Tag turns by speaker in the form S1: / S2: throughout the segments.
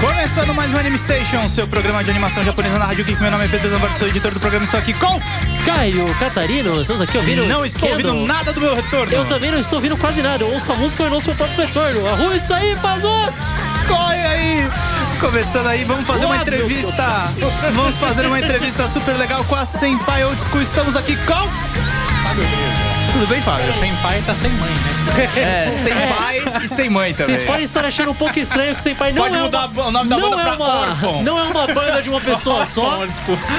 S1: Começando mais um Anime Station, seu programa de animação japonesa na Rádio Geek. Meu nome é Pedro Zambar, sou editor do programa. Estou aqui com.
S2: Caio Catarino, estamos aqui ouvindo.
S1: não estou
S2: Scandal.
S1: ouvindo nada do meu retorno.
S2: Eu também não estou ouvindo quase nada. Eu ouço a música e eu não sou o próprio retorno. Arruma isso aí, Pazu!
S1: Corre aí! Começando aí, vamos fazer uma
S2: Lá, Deus
S1: entrevista. Vamos fazer uma entrevista super legal com a Senpai Old School. Estamos aqui com. Tudo bem,
S2: É.
S1: Fábio?
S3: Sem pai tá sem mãe, né?
S1: É, sem pai e sem mãe também.
S2: Vocês podem estar achando um pouco estranho que sem pai não
S1: É. Pode
S2: é
S1: mudar
S2: uma,
S1: o nome da
S2: não
S1: banda
S2: é
S1: pra
S2: uma,
S1: Orphan.
S2: Não é uma banda de uma pessoa só.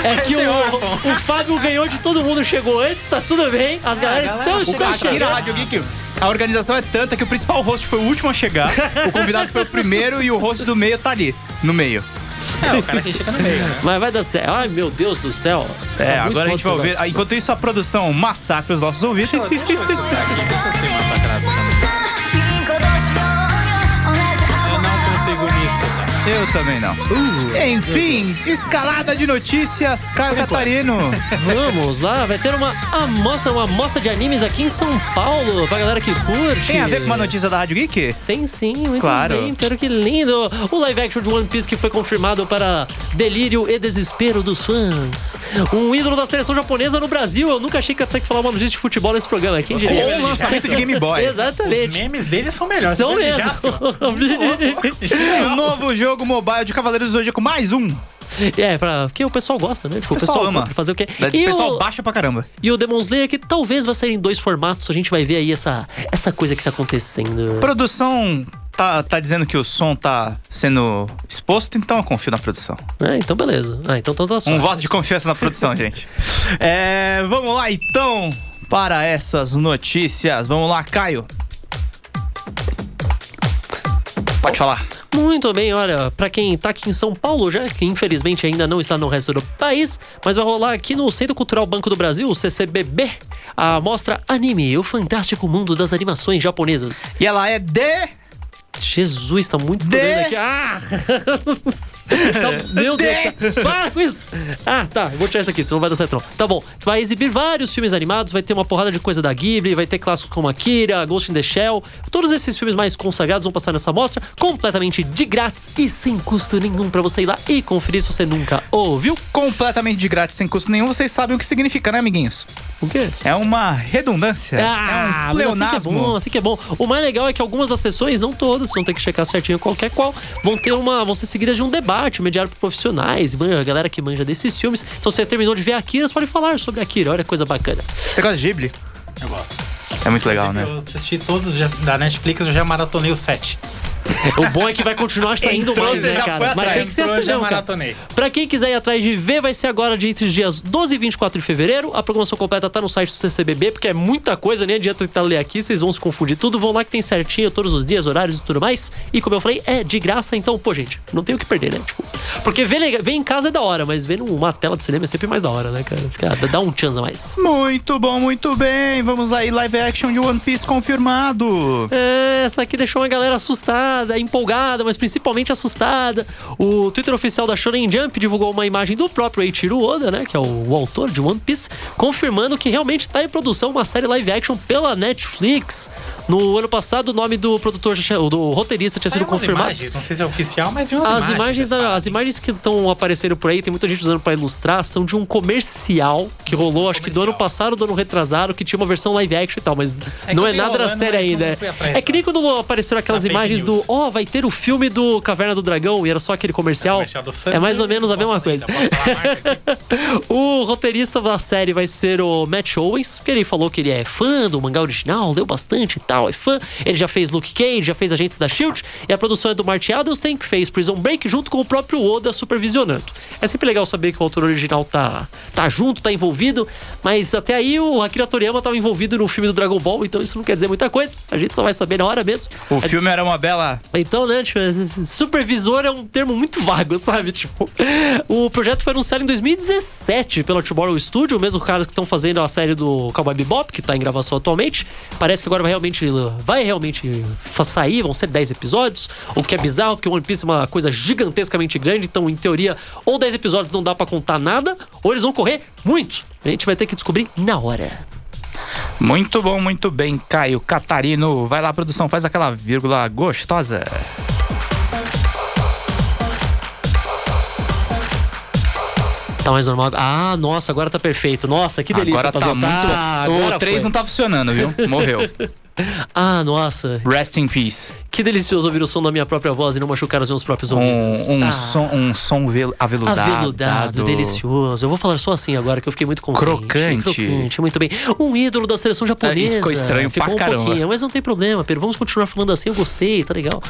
S2: É que
S1: Tem
S2: o,
S1: Orphan.
S2: o Fábio ganhou de todo mundo, chegou antes, tá tudo bem. As galera estão
S1: O cara
S2: chegando.
S1: aqui na Rádio Geek. A organização é tanta que o principal host foi o último a chegar, o convidado foi o primeiro e o host do meio tá ali, no meio.
S3: É, o cara que chega no meio, né?
S2: Mas vai dar certo. Ai, meu Deus do céu.
S1: É,
S2: Tá muito
S1: agora a gente vai
S2: bom
S1: ouvir.
S2: esse negócio.
S1: Enquanto isso, a produção massacra os nossos ouvidos.
S3: Eu não consigo nisso.
S1: Eu também não.
S2: Uh,
S1: Enfim, escalada de notícias, Caio Catarino.
S2: Vamos lá, vai ter uma amostra, uma amostra de animes aqui em São Paulo, pra galera que curte.
S1: Tem a ver com uma notícia da Rádio Geek?
S2: Tem sim, muito
S1: Claro.
S2: bem, Pedro, que lindo! O live action de One Piece que foi confirmado para delírio e desespero dos fãs. Um ídolo da seleção japonesa no Brasil. Eu nunca achei que ia ter que falar uma notícia de futebol nesse programa. Quem diria?
S1: Ou o lançamento de Game Boy.
S3: Os
S2: Exatamente.
S3: memes deles são melhores.
S1: né,
S2: São
S3: Ele
S2: mesmo.
S3: já-
S1: Um novo jogo mobile de Cavaleiros do Zodíaco, mais um.
S2: é, pra, porque o pessoal gosta, né? Tipo, o
S1: pessoal
S2: pessoal,
S1: ama.
S2: gosta de fazer o quê?
S1: O
S2: E
S1: pessoal
S2: o-
S1: baixa pra caramba.
S2: E o Demon Slayer, que talvez vai sair em dois formatos, a gente vai ver aí essa, essa coisa que tá acontecendo.
S1: Produção tá, tá dizendo que o som tá sendo exposto, então eu confio na produção.
S2: Ah, então beleza. Ah, então tanta
S1: Um
S2: sorte.
S1: voto de confiança na produção, gente. É, vamos lá então para essas notícias. Vamos lá, Caio. Pode falar.
S2: Muito bem, olha, pra quem tá aqui em São Paulo já, que infelizmente ainda não está no resto do país, mas vai rolar aqui no Centro Cultural Banco do Brasil, o CCBB, a mostra Anime, o fantástico mundo das animações japonesas.
S1: E ela é de.
S2: Jesus, tá muito estudando
S1: De-
S2: aqui. Ah! Tá- meu Deus, tá- para com isso! Ah, tá, eu vou tirar isso aqui, senão não vai dar certo não. Tá bom, vai exibir vários filmes animados, vai ter uma porrada de coisa da Ghibli, vai ter clássicos como Akira, Ghost in the Shell. Todos esses filmes mais consagrados vão passar nessa mostra completamente de grátis e sem custo nenhum pra você ir lá e conferir se você nunca ouviu.
S1: Completamente de grátis, sem custo nenhum, vocês sabem o que significa, né, amiguinhos?
S2: O quê?
S1: É uma redundância. é um
S2: mas Assim que é bom,
S1: pleonasmo.
S2: assim que é bom. O mais legal é que algumas das sessões, não todas, vão ter que checar certinho qualquer qual, vão ter uma. vão ser seguidas de um debate mediado por profissionais, man- a galera que manja desses filmes. Então se você terminou de ver Akira, você pode falar sobre Akira, olha que coisa bacana.
S1: Você gosta de Ghibli?
S3: Eu gosto.
S1: É muito legal, né?
S3: Eu assisti todos já- da Netflix, eu já maratonei o é 7.
S2: O bom é que vai continuar saindo
S1: Entrou,
S2: mais,
S1: você
S2: né,
S1: já
S2: cara?
S1: foi
S2: Mas
S1: atrás,
S2: tem que ser
S3: entrou,
S2: assim,
S3: já
S2: não, cara.
S3: maratonei.
S2: Pra quem quiser ir atrás de ver, vai ser agora de entre os dias 12 e 24 de fevereiro. A programação completa tá no site do CCBB, porque é muita coisa, nem adianta eu tentar ler aqui, vocês vão se confundir tudo. Vão lá que tem certinho todos os dias, horários e tudo mais. E como eu falei, é de graça, então, pô, gente, não tem o que perder, né? Tipo, porque ver, lega- ver em casa é da hora, mas ver numa tela de cinema é sempre mais da hora, né, cara? Fica, dá- dá um chance a mais.
S1: Muito bom, muito bem. Vamos aí, live action de One Piece confirmado.
S2: É, essa aqui deixou uma galera assustada, empolgada, mas principalmente assustada. O Twitter oficial da Shonen Jump divulgou uma imagem do próprio Eiichiro Oda, né, que é o, o autor de One Piece, confirmando que realmente está em produção uma série live action pela Netflix. No ano passado, o nome do produtor, já tinha- do roteirista tinha sido
S3: Saiu umas
S2: confirmado.
S3: imagens, não sei se é tá oficial, mas vi umas
S2: As imagens,
S3: pessoal.
S2: as imagens que estão aparecendo por aí, tem muita gente usando pra ilustrar, são de um comercial que rolou, acho que do ano
S3: Comercial.
S2: passado, do ano retrasado, que tinha uma versão live action e tal, mas
S3: É que
S2: não
S3: eu
S2: é
S3: tô
S2: nada da
S3: enrolando,
S2: série
S3: mas
S2: ainda.
S3: não
S2: é.
S3: fui atrás,
S2: É que nem quando apareceram aquelas
S3: Da fake
S2: imagens do,
S3: news.
S2: ó, vai ter o filme do Caverna do Dragão e era só aquele comercial.
S3: Comercial do Sandy,
S2: É mais ou menos a
S3: posso
S2: mesma coisa.
S3: deixar, posso falar a marca aqui?
S2: O roteirista da série vai ser o Matt Owens, porque ele falou que ele é fã do mangá original, leu bastante e tal, é fã. Ele já fez Luke Cage, já fez Agentes da Shield, e a produção é do Marty Adelstein, que fez Prison Break, junto com o próprio Oda supervisionando. É sempre legal saber que o autor original tá, tá junto, tá envolvido, mas até aí o Akira Toriyama tava envolvido no filme do Dragon Ball, então isso não quer dizer muita coisa, a gente só vai saber na hora mesmo.
S1: O filme era uma bela.
S2: Então, né, tipo, supervisor é um termo muito vago, sabe? Tipo, o projeto foi anunciado em 2017 pela Tomorrow Studio, o mesmo caras que estão fazendo a série do Cowboy Bebop, que tá em gravação atualmente. Parece que agora vai realmente, vai realmente fa- sair, vão ser 10 episódios, o que é bizarro, porque One Piece é uma coisa gigantescamente grande, então, em teoria, ou 10 episódios não dá pra contar nada, ou eles vão correr muito. A gente vai ter que descobrir na hora.
S1: Muito bom, muito bem, Caio Catarino. Vai lá, produção, faz aquela vírgula gostosa.
S2: Tá mais normal. Ah, nossa, agora tá perfeito. Nossa, que delícia.
S1: agora tá
S2: Pazão.
S1: muito.
S2: Tá, agora
S1: o 3
S2: foi.
S1: não tá funcionando, viu? Morreu.
S2: Ah, nossa.
S1: Rest in peace.
S2: Que delicioso ouvir o som da minha própria voz e não machucar os meus próprios
S1: Um,
S2: ouvidos.
S1: um
S2: Ah,
S1: som, um som vel- aveludado.
S2: Aveludado, delicioso. Eu vou falar só assim agora, que eu fiquei muito contente.
S1: Crocante.
S2: Crocante, muito bem. Um ídolo da seleção japonesa.
S1: Ah, isso ficou estranho
S2: Ficou
S1: pra
S2: um
S1: caramba.
S2: pouquinho, mas não tem problema, Pedro. Vamos continuar falando assim, eu gostei, tá legal.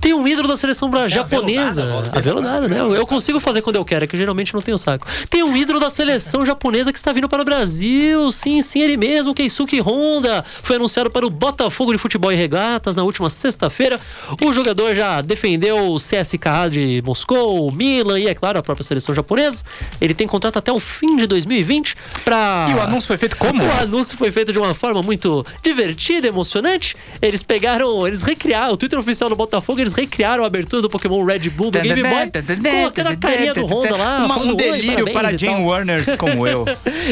S2: Tem um ídolo da seleção bra- japonesa.
S3: aveludada a voz dele.
S2: Aveludada, né? Eu consigo fazer quando eu quero, é que eu geralmente não tenho saco. Tem um ídolo da seleção japonesa que está vindo para o Brasil. Sim, sim, ele mesmo, Keisuke Honda. Foi anunciado para o Botafogo de Futebol e Regatas na última sexta-feira. O jogador já defendeu o CSKA de Moscou, o Milan e, é claro, a própria seleção japonesa. Ele tem contrato até o fim de 2020 para.
S1: E o anúncio foi feito como?
S2: O anúncio foi feito de uma forma muito divertida, emocionante. Eles pegaram, eles recriaram, o Twitter oficial do Botafogo, eles recriaram a abertura do Pokémon Red Blue do Game Boy, colocando a carinha do Honda lá.
S1: Uma- um
S2: falando, "Oi,
S1: delírio
S2: parabéns"
S1: para
S2: e tal.
S1: Jane Warners como eu.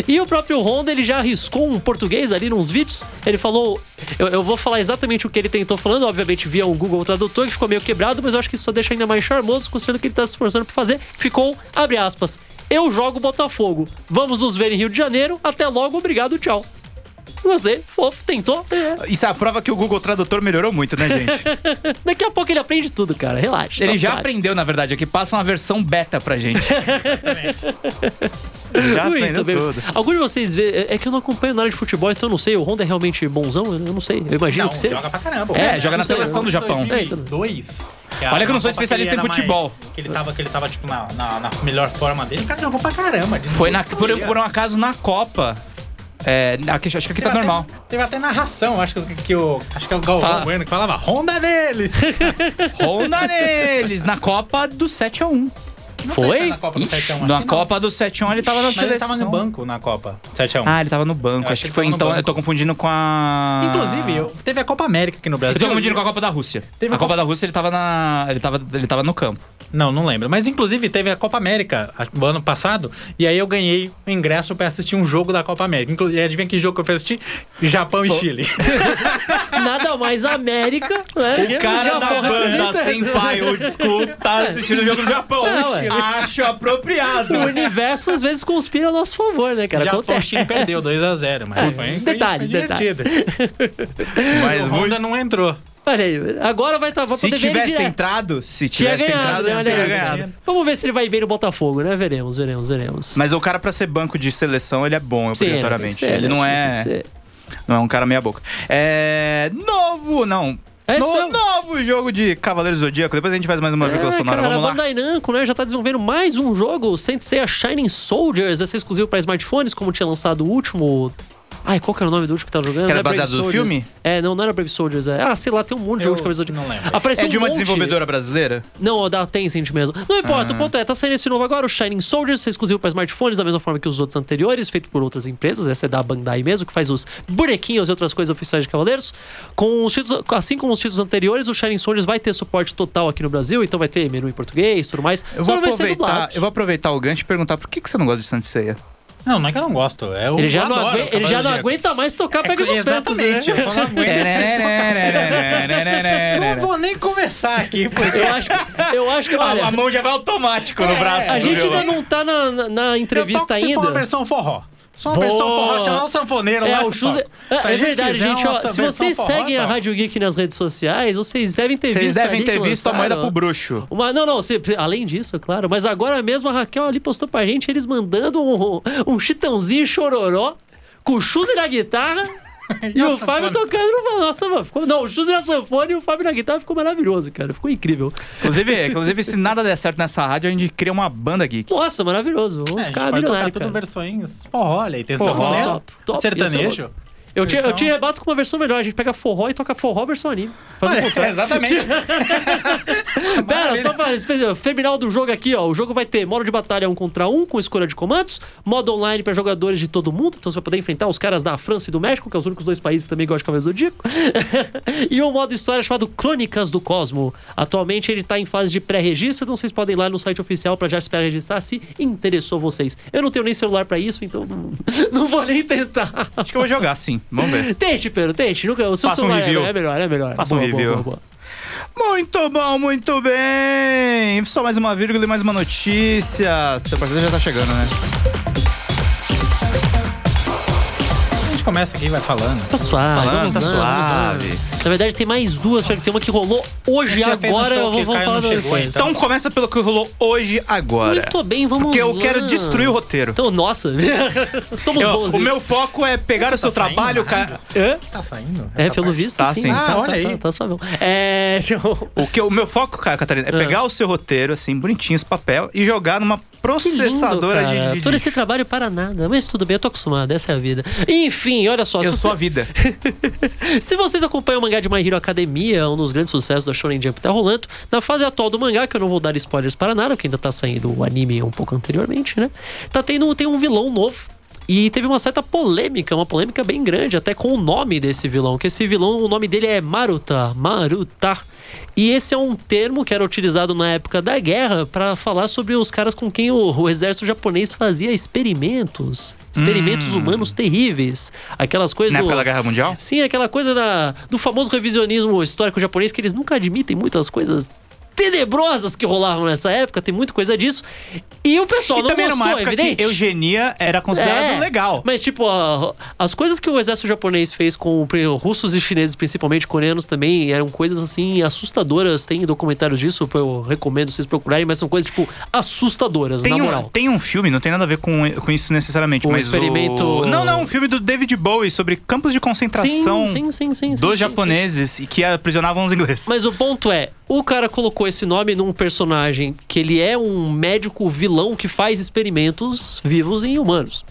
S2: E o próprio Honda, ele já arriscou um português ali nos vídeos. Ele falou. Eu, eu vou falar exatamente o que ele tentou falando, obviamente via um Google Tradutor, que ficou meio quebrado, mas eu acho que isso só deixa ainda mais charmoso, considerando que ele tá se esforçando pra fazer. Ficou, abre aspas. Eu jogo Botafogo. Vamos nos ver em Rio de Janeiro. Até logo, obrigado, tchau. Você, fofo, tentou. É.
S1: Isso é a prova que o Google Tradutor melhorou muito, né, gente?
S2: Daqui a pouco ele aprende tudo, cara. Relaxa.
S1: Ele
S2: tá
S1: já
S2: suave.
S1: aprendeu, na verdade, aqui passa uma versão beta pra gente. Ele já
S2: Muito
S1: aprendeu
S2: bem.
S1: tudo.
S2: Algum de vocês vê. É que eu não acompanho nada de futebol, então eu não sei. O Honda é realmente bonzão? Eu não sei. Eu imagino
S3: Não,
S2: que seja.
S3: joga pra caramba.
S2: É,
S3: O
S2: joga na
S3: Brasil
S1: seleção do
S3: ganhou em
S1: Japão.
S3: 2002, era
S1: Olha que eu não sou
S3: uma Copa
S1: especialista
S3: ele
S1: em
S3: era
S1: futebol.
S3: mais- que ele tava, que ele tava tipo, na, na- na melhor forma dele. O cara jogou pra caramba. ele
S1: Foi na,
S3: destruía.
S1: por, por um acaso na Copa. É, aqui- acho que aqui tá
S3: Teve até-
S1: normal.
S3: Teve até narração, acho que, que o. Acho que é o Galvão
S1: Fala.
S3: Bueno que falava Honda é neles!
S1: Honda neles, na Copa do 7x1.
S3: Não
S2: Foi?
S3: sei se é na Copa do
S1: Ixi,
S3: 7 a 1, acho
S1: na
S3: que não.
S1: Copa do 7x1 ele tava na
S3: Mas ele
S1: seleção.
S3: tava no banco na Copa 7 a 1.
S1: Ah, ele tava no banco.
S3: Eu
S1: Acho
S3: achei
S1: que
S3: que
S1: foi
S3: tava no
S1: então.
S3: banco.
S1: Eu tô confundindo com
S2: Ah.
S1: a.
S3: Inclusive, eu- teve a Copa América aqui no
S1: Eu
S3: Brasil.
S1: tô confundindo com a Copa da Rússia.
S3: Teve
S1: a
S3: uma
S1: Copa
S3: Copa-
S1: da Rússia ele tava na. Ele tava, ele tava no campo.
S3: Não, não lembro. Mas inclusive teve a Copa América acho que no ano passado. E aí eu ganhei um ingresso pra assistir um jogo da Copa América. Inclusive, adivinha que jogo que eu fui assistir? Japão e Chile.
S2: Nada mais América. Né?
S1: O cara da
S2: Japão
S1: banda assim.
S2: representa-
S1: Senpai Old School tá assistindo o jogo do Japão.
S2: Não, ué.
S1: Acho apropriado.
S2: O universo às vezes conspira a nosso favor, né, cara?
S3: Japão e
S2: Acontece.
S3: Chile perdeu 2x0, mas foi, foi
S2: Detalhes,
S3: divertido. Mas o Honda não entrou.
S2: Olha aí, agora vai estar. Tá,
S1: Se
S2: poder ver ele
S1: tivesse
S2: direto.
S1: entrado, se
S2: Tinha
S1: tivesse
S2: ganhado, né?
S1: entrado,
S2: Olha
S1: teria
S2: aí.
S1: ganhado.
S2: Vamos ver se ele vai bem no Botafogo, né? Veremos, veremos, veremos.
S1: Mas o cara, pra ser banco de seleção, ele é bom,
S2: Sim, ele tem que
S1: obrigatoriamente.
S2: ser,
S1: ele
S2: né?
S1: não
S2: Tem que
S1: é,
S2: ser.
S1: não é um cara meia-boca. É. Novo, não.
S2: É isso
S1: no,
S2: mesmo. É,
S1: novo jogo de Cavaleiros do Zodíaco. Depois a gente faz mais uma vírgula sonora.
S2: cara,
S1: Vamos
S2: a
S1: lá.
S2: Bandai Namco né, já tá desenvolvendo mais um jogo, o Sensei Shining Soldiers, vai ser exclusivo pra smartphones, como tinha lançado o último... Ai, qual que era o nome do último que tava jogando?
S1: Que era
S2: Não é Brave
S1: baseado no
S2: Soldiers.
S1: filme?
S2: É, não, não era Brave Soldiers. É. Ah, sei lá, tem um monte de jogo de cabeça de...
S3: não lembro.
S2: Apareceu
S1: É de
S2: um
S1: uma
S2: monte.
S1: desenvolvedora brasileira?
S2: Não, é da Tencent mesmo. Não importa, o
S3: Ah.
S2: ponto é, tá saindo esse novo agora, o Shining Soldiers, é exclusivo para smartphones, da mesma forma que os outros anteriores, feito por outras empresas, essa é da Bandai mesmo, que faz os bonequinhos e outras coisas oficiais de Cavaleiros. Com os títulos, assim como os títulos anteriores, o Shining Soldiers vai ter suporte total aqui no Brasil, então vai ter menu em português e tudo mais.
S1: Eu
S2: Só
S1: vou,
S2: não vai ser
S1: aproveitar,
S2: dublado.
S1: eu vou aproveitar o gancho e perguntar por que, que você não gosta de Santa Ceia?
S3: Não, não é que eu não gosto. É o
S2: Ele já,
S3: eu
S2: não,
S3: adoro
S2: aguenta, ele
S3: Cavaleiro
S2: já não
S3: do Zodíaco. É
S2: aguenta mais tocar Pega os Fetos, né?
S3: Exatamente, eu só não aguento. Não vou nem começar aqui, porque
S2: Eu acho que, eu acho que
S3: Ah,
S2: olha,
S1: a mão já vai automático no braço.
S2: É, a
S1: do
S2: gente ainda
S1: violão.
S2: não tá na, na- na
S3: eu toco
S2: entrevista
S3: Se for uma
S2: ainda.
S3: versão forró. Se for uma
S2: Boa.
S3: versão forró, chamar um sanfoneiro
S2: É,
S3: lá. Tá
S2: o Chus... é, é verdade, gente. ó, se vocês seguem a Rádio Geek nas redes sociais, vocês devem ter visto.
S1: Vocês devem
S2: ali
S1: ter
S2: que
S1: visto a
S2: lançaram.
S1: moeda pro bruxo.
S2: Uma- não, não, se- além disso, é claro. Mas agora mesmo a Raquel ali postou pra gente eles mandando um, um chitãozinho chororó com o Chuzi na guitarra e,
S3: E a
S2: o Fábio
S3: sanfona.
S2: tocando no. Nossa, mano, ficou, não, o Chuzi na sanfona e o Fábio na guitarra ficou maravilhoso, cara. Ficou incrível.
S1: Inclusive, inclusive, se nada der certo nessa rádio, a gente cria uma banda geek.
S2: Nossa, maravilhoso. Vamos
S3: É, a gente
S2: ficar
S3: pode tocar
S2: milionário.
S3: tudo
S2: Cara.
S3: versões forró, olha aí. Tem
S1: Forró,
S3: sanfoneiro,
S2: top, top, esse é
S3: sertanejo.
S2: outro. Eu te, eu
S3: versão-
S2: te rebato com uma versão melhor. A gente pega forró e toca forró versão anime. Faz o contrário.
S3: É, exatamente.
S2: Pera, só pra espe- terminar o do jogo aqui, ó. O jogo vai ter modo de batalha um contra um com escolha de comandos, modo online pra jogadores de todo mundo, então você vai poder enfrentar os caras da França e do México, que são os únicos dois países que também que gostam de Cavaleiro Zodíaco. e um modo história chamado Crônicas do Cosmo. Atualmente ele tá em fase de pré-registro, então vocês podem ir lá no site oficial pra já se pré-registrar se interessou vocês. Eu não tenho nem celular pra isso, então não, não vou nem tentar.
S1: Acho que eu vou jogar sim. Vamos ver.
S2: Tente, Pedro, tente. Nunca, o seu
S1: Faça um
S2: celular é-
S1: review.
S2: é melhor, é melhor.
S1: Faça um review. Muito bom, muito bem. Só mais uma vírgula e mais uma notícia. Seu parceiro já tá chegando, né?
S3: A gente começa aqui e vai falando.
S2: Tá suave,
S1: Falando,
S2: vamos
S1: tá
S2: lá, vamos lá.
S1: suave.
S2: Na verdade, tem mais duas, porque tem uma que rolou hoje,
S3: já fez um
S2: agora.
S3: show
S2: Eu vou,
S3: que
S2: vou
S3: Caio
S2: falar
S3: não
S2: da-
S3: chegou, hein?
S1: Então começa pelo que rolou hoje agora.
S2: Muito bem, vamos
S1: Porque eu
S2: lá.
S1: quero destruir o roteiro.
S2: Então, nossa, somos
S1: Eu-
S2: bons
S1: o
S2: nisso.
S1: meu foco é pegar o seu
S3: tá saindo,
S1: trabalho,
S3: cara?
S1: cara.
S2: Hã?
S3: Tá saindo?
S2: É,
S3: essa
S2: pelo
S3: parte?
S2: visto,
S1: Tá,
S2: sim.
S1: sim.
S2: Tá,
S3: Ah,
S2: tá,
S3: olha aí.
S2: Tá, tá suavão. É, deixa eu...
S1: O, que, o meu foco, cara, Catarina, é pegar o seu roteiro, assim, bonitinho, os papel, e jogar numa
S2: Ah. Que lindo,
S1: processadora de-
S2: cara.
S1: de.
S2: Todo
S1: de-
S2: esse trabalho para nada, mas tudo bem, eu tô acostumado, essa é a vida. Enfim, olha só.
S1: Eu
S2: se
S1: sou a
S2: você-
S1: vida.
S2: Se vocês acompanham o mangá de My Hero Academia, um dos grandes sucessos da Shonen Jump tá rolando, na fase atual do mangá, que eu não vou dar spoilers para nada, porque ainda tá saindo o anime um pouco anteriormente, né? Tá tendo tem um vilão novo. E teve uma certa polêmica, uma polêmica bem grande, até com o nome desse vilão. Que esse vilão, o nome dele é Maruta. Maruta. E esse é um termo que era utilizado na época da guerra para falar sobre os caras com quem o, o exército japonês fazia experimentos. Experimentos humanos terríveis. Aquelas coisas.
S1: Hum. Na
S2: do-
S1: época da Guerra Mundial?
S2: Sim, aquela coisa da- do famoso revisionismo histórico japonês que eles nunca admitem muitas coisas tenebrosas que rolavam nessa época, tem muita coisa disso. E o pessoal
S1: E
S2: não
S1: também era
S2: gostou,
S1: uma época
S2: evidente.
S1: que eugenia era considerado
S2: É,
S1: legal.
S2: Mas, tipo, a- as coisas que o exército japonês fez com pri- russos e chineses, principalmente coreanos também, eram coisas assim assustadoras. Tem documentários disso, eu recomendo vocês procurarem, mas são coisas, tipo, assustadoras,
S1: Tem
S2: na
S1: um,
S2: moral.
S1: tem um filme, não tem nada a ver com, com isso necessariamente,
S2: Um
S1: mas
S2: experimento-
S1: o... Não, não, um filme do David Bowie sobre campos de concentração
S2: Sim, sim, sim, sim. sim,
S1: dos
S2: sim, sim.
S1: japoneses e que aprisionavam os ingleses.
S2: Mas o ponto é, o cara colocou esse nome num personagem que ele é um médico vilão que faz experimentos vivos em humanos.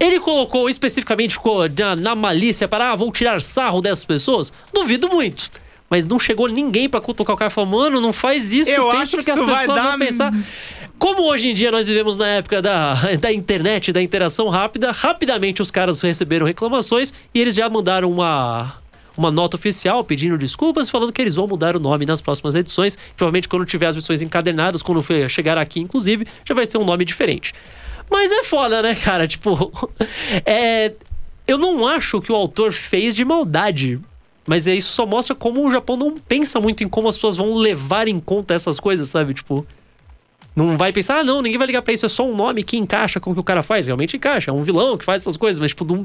S2: Ele colocou especificamente co- na, na malícia para, ah, vou tirar sarro dessas pessoas? Duvido muito. Mas não chegou ninguém pra cutucar o cara e falar, mano, não faz isso.
S1: Eu
S2: pensa
S1: acho
S2: no
S1: que isso
S2: as
S1: vai
S2: pessoas
S1: dar-
S2: vão pensar. Como hoje em dia nós vivemos na época da, da internet, da interação rápida, rapidamente os caras receberam reclamações e eles já mandaram uma, uma nota oficial pedindo desculpas, falando que eles vão mudar o nome nas próximas edições. Provavelmente quando tiver as versões encadernadas, quando for- chegar aqui, inclusive, já vai ser um nome diferente. Mas é foda, né, cara? Tipo, é, eu não acho que o autor fez de maldade. Mas é isso só mostra como o Japão não pensa muito em como as pessoas vão levar em conta essas coisas, sabe? Tipo, não vai pensar, ah, não, ninguém vai ligar pra isso, é só um nome que encaixa com o que o cara faz. Realmente encaixa, é um vilão que faz essas coisas, mas, tipo, não,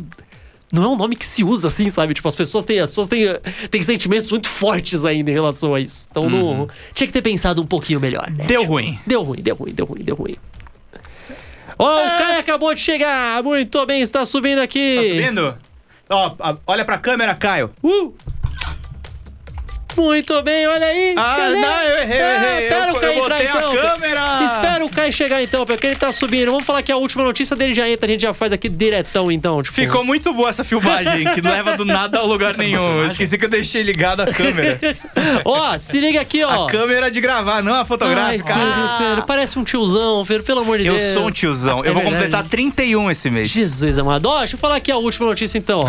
S2: não é um nome que se usa assim, sabe? Tipo, as pessoas têm, as pessoas têm, têm sentimentos muito fortes ainda em relação a isso. Então,
S1: Uhum.
S2: não, tinha que ter pensado um pouquinho melhor, né?
S1: Deu ruim.
S2: Deu ruim, deu ruim, deu ruim, deu ruim. Ó, o cara acabou de chegar! Muito bem, está subindo aqui!
S1: É. Tá subindo? Ó, a- olha pra câmera, Caio.
S2: Uh! Muito bem, olha aí!
S1: Ah,
S2: Cadê?
S1: não, eu errei, eu errei.
S2: né? Ah, Espera
S1: Eu-
S2: o Kai
S1: eu
S2: entrar
S1: botei a
S2: então.
S1: câmera.
S2: Espera o Kai chegar então, porque ele tá subindo. Vamos falar que a última notícia dele já entra, a gente já faz aqui diretão então. Tipo,
S1: Ficou muito boa essa filmagem, que leva do nada a lugar nenhum. Eu esqueci que eu deixei ligada a câmera.
S2: Ó, se liga aqui, ó.
S1: A câmera de gravar, não a
S2: Ai,
S1: fotográfica. Ah!
S2: Pedro, Pedro, parece um tiozão, Pedro, pelo amor de
S1: Eu
S2: Deus.
S1: sou um tiozão. Eu
S2: É
S1: vou
S2: verdade.
S1: completar 31 esse mês.
S2: Jesus amado. Ó, deixa eu falar aqui a última notícia então. ó.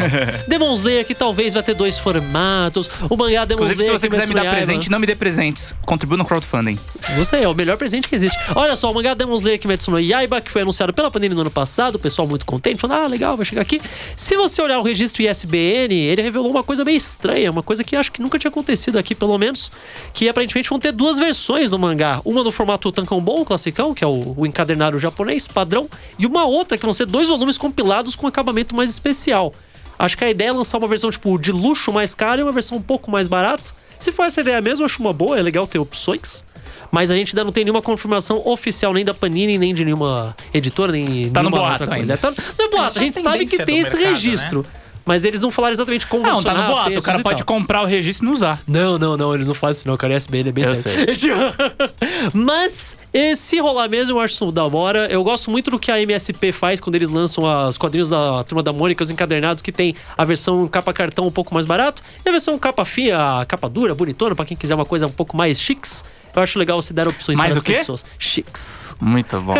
S2: Demon Slayer que talvez vai ter dois formatos. O mangá Demon
S1: Inclusive, se
S2: Slayer
S1: você
S2: Kimetsu
S1: quiser me dar
S2: no Yaiba.
S1: presente, não me dê presentes. Contribua no crowdfunding.
S2: Não sei, é o melhor presente que existe. Olha só, o mangá Demon Slayer Kimetsu no Yaiba, que foi anunciado pela Panini no ano passado, o pessoal muito contente, falando, ah, legal, vai chegar aqui. Se você olhar o registro ISBN, ele revelou uma coisa meio estranha, uma coisa que acho que nunca tinha acontecido aqui, pelo menos, que aparentemente vão ter duas versões do mangá. Uma no formato Tankobon, classicão, que é o, o encadernado japonês, padrão, e uma outra que vão ser dois volumes compilados com acabamento mais especial. Acho que a ideia é lançar uma versão, tipo, de luxo mais cara e uma versão um pouco mais barata. Se for essa ideia mesmo, eu acho uma boa, é legal ter opções. Mas a gente ainda não tem nenhuma confirmação oficial, nem da Panini, nem de nenhuma editora, nem
S1: Tá no
S2: nenhuma
S1: boato
S2: outra coisa.
S1: ainda.
S2: É, tá- não é boato,
S3: só
S2: a gente sabe que
S3: tendência
S2: tem
S3: do
S2: esse
S3: mercado,
S2: registro. Mas eles não falaram exatamente como
S1: né? Não, tá no
S2: funcionar,
S1: boato. O
S2: preços
S1: cara
S2: e
S1: pode
S2: tal.
S1: comprar o registro e não usar.
S2: Não, não, não, eles não fazem isso não, cara. O SBN é bem
S1: Eu
S2: sério. Mas, eh, se rolar mesmo, eu acho isso da hora. Eu gosto muito do que a MSP faz quando eles lançam os quadrinhos da Turma da Mônica, os encadernados, que tem a versão capa cartão um pouco mais barato e a versão capa fia, capa dura, bonitona, pra quem quiser uma coisa um pouco mais chiques. Eu acho legal se dar opções
S1: Mais
S2: para
S1: o quê?
S2: as pessoas. Chiques.
S1: Muito bom.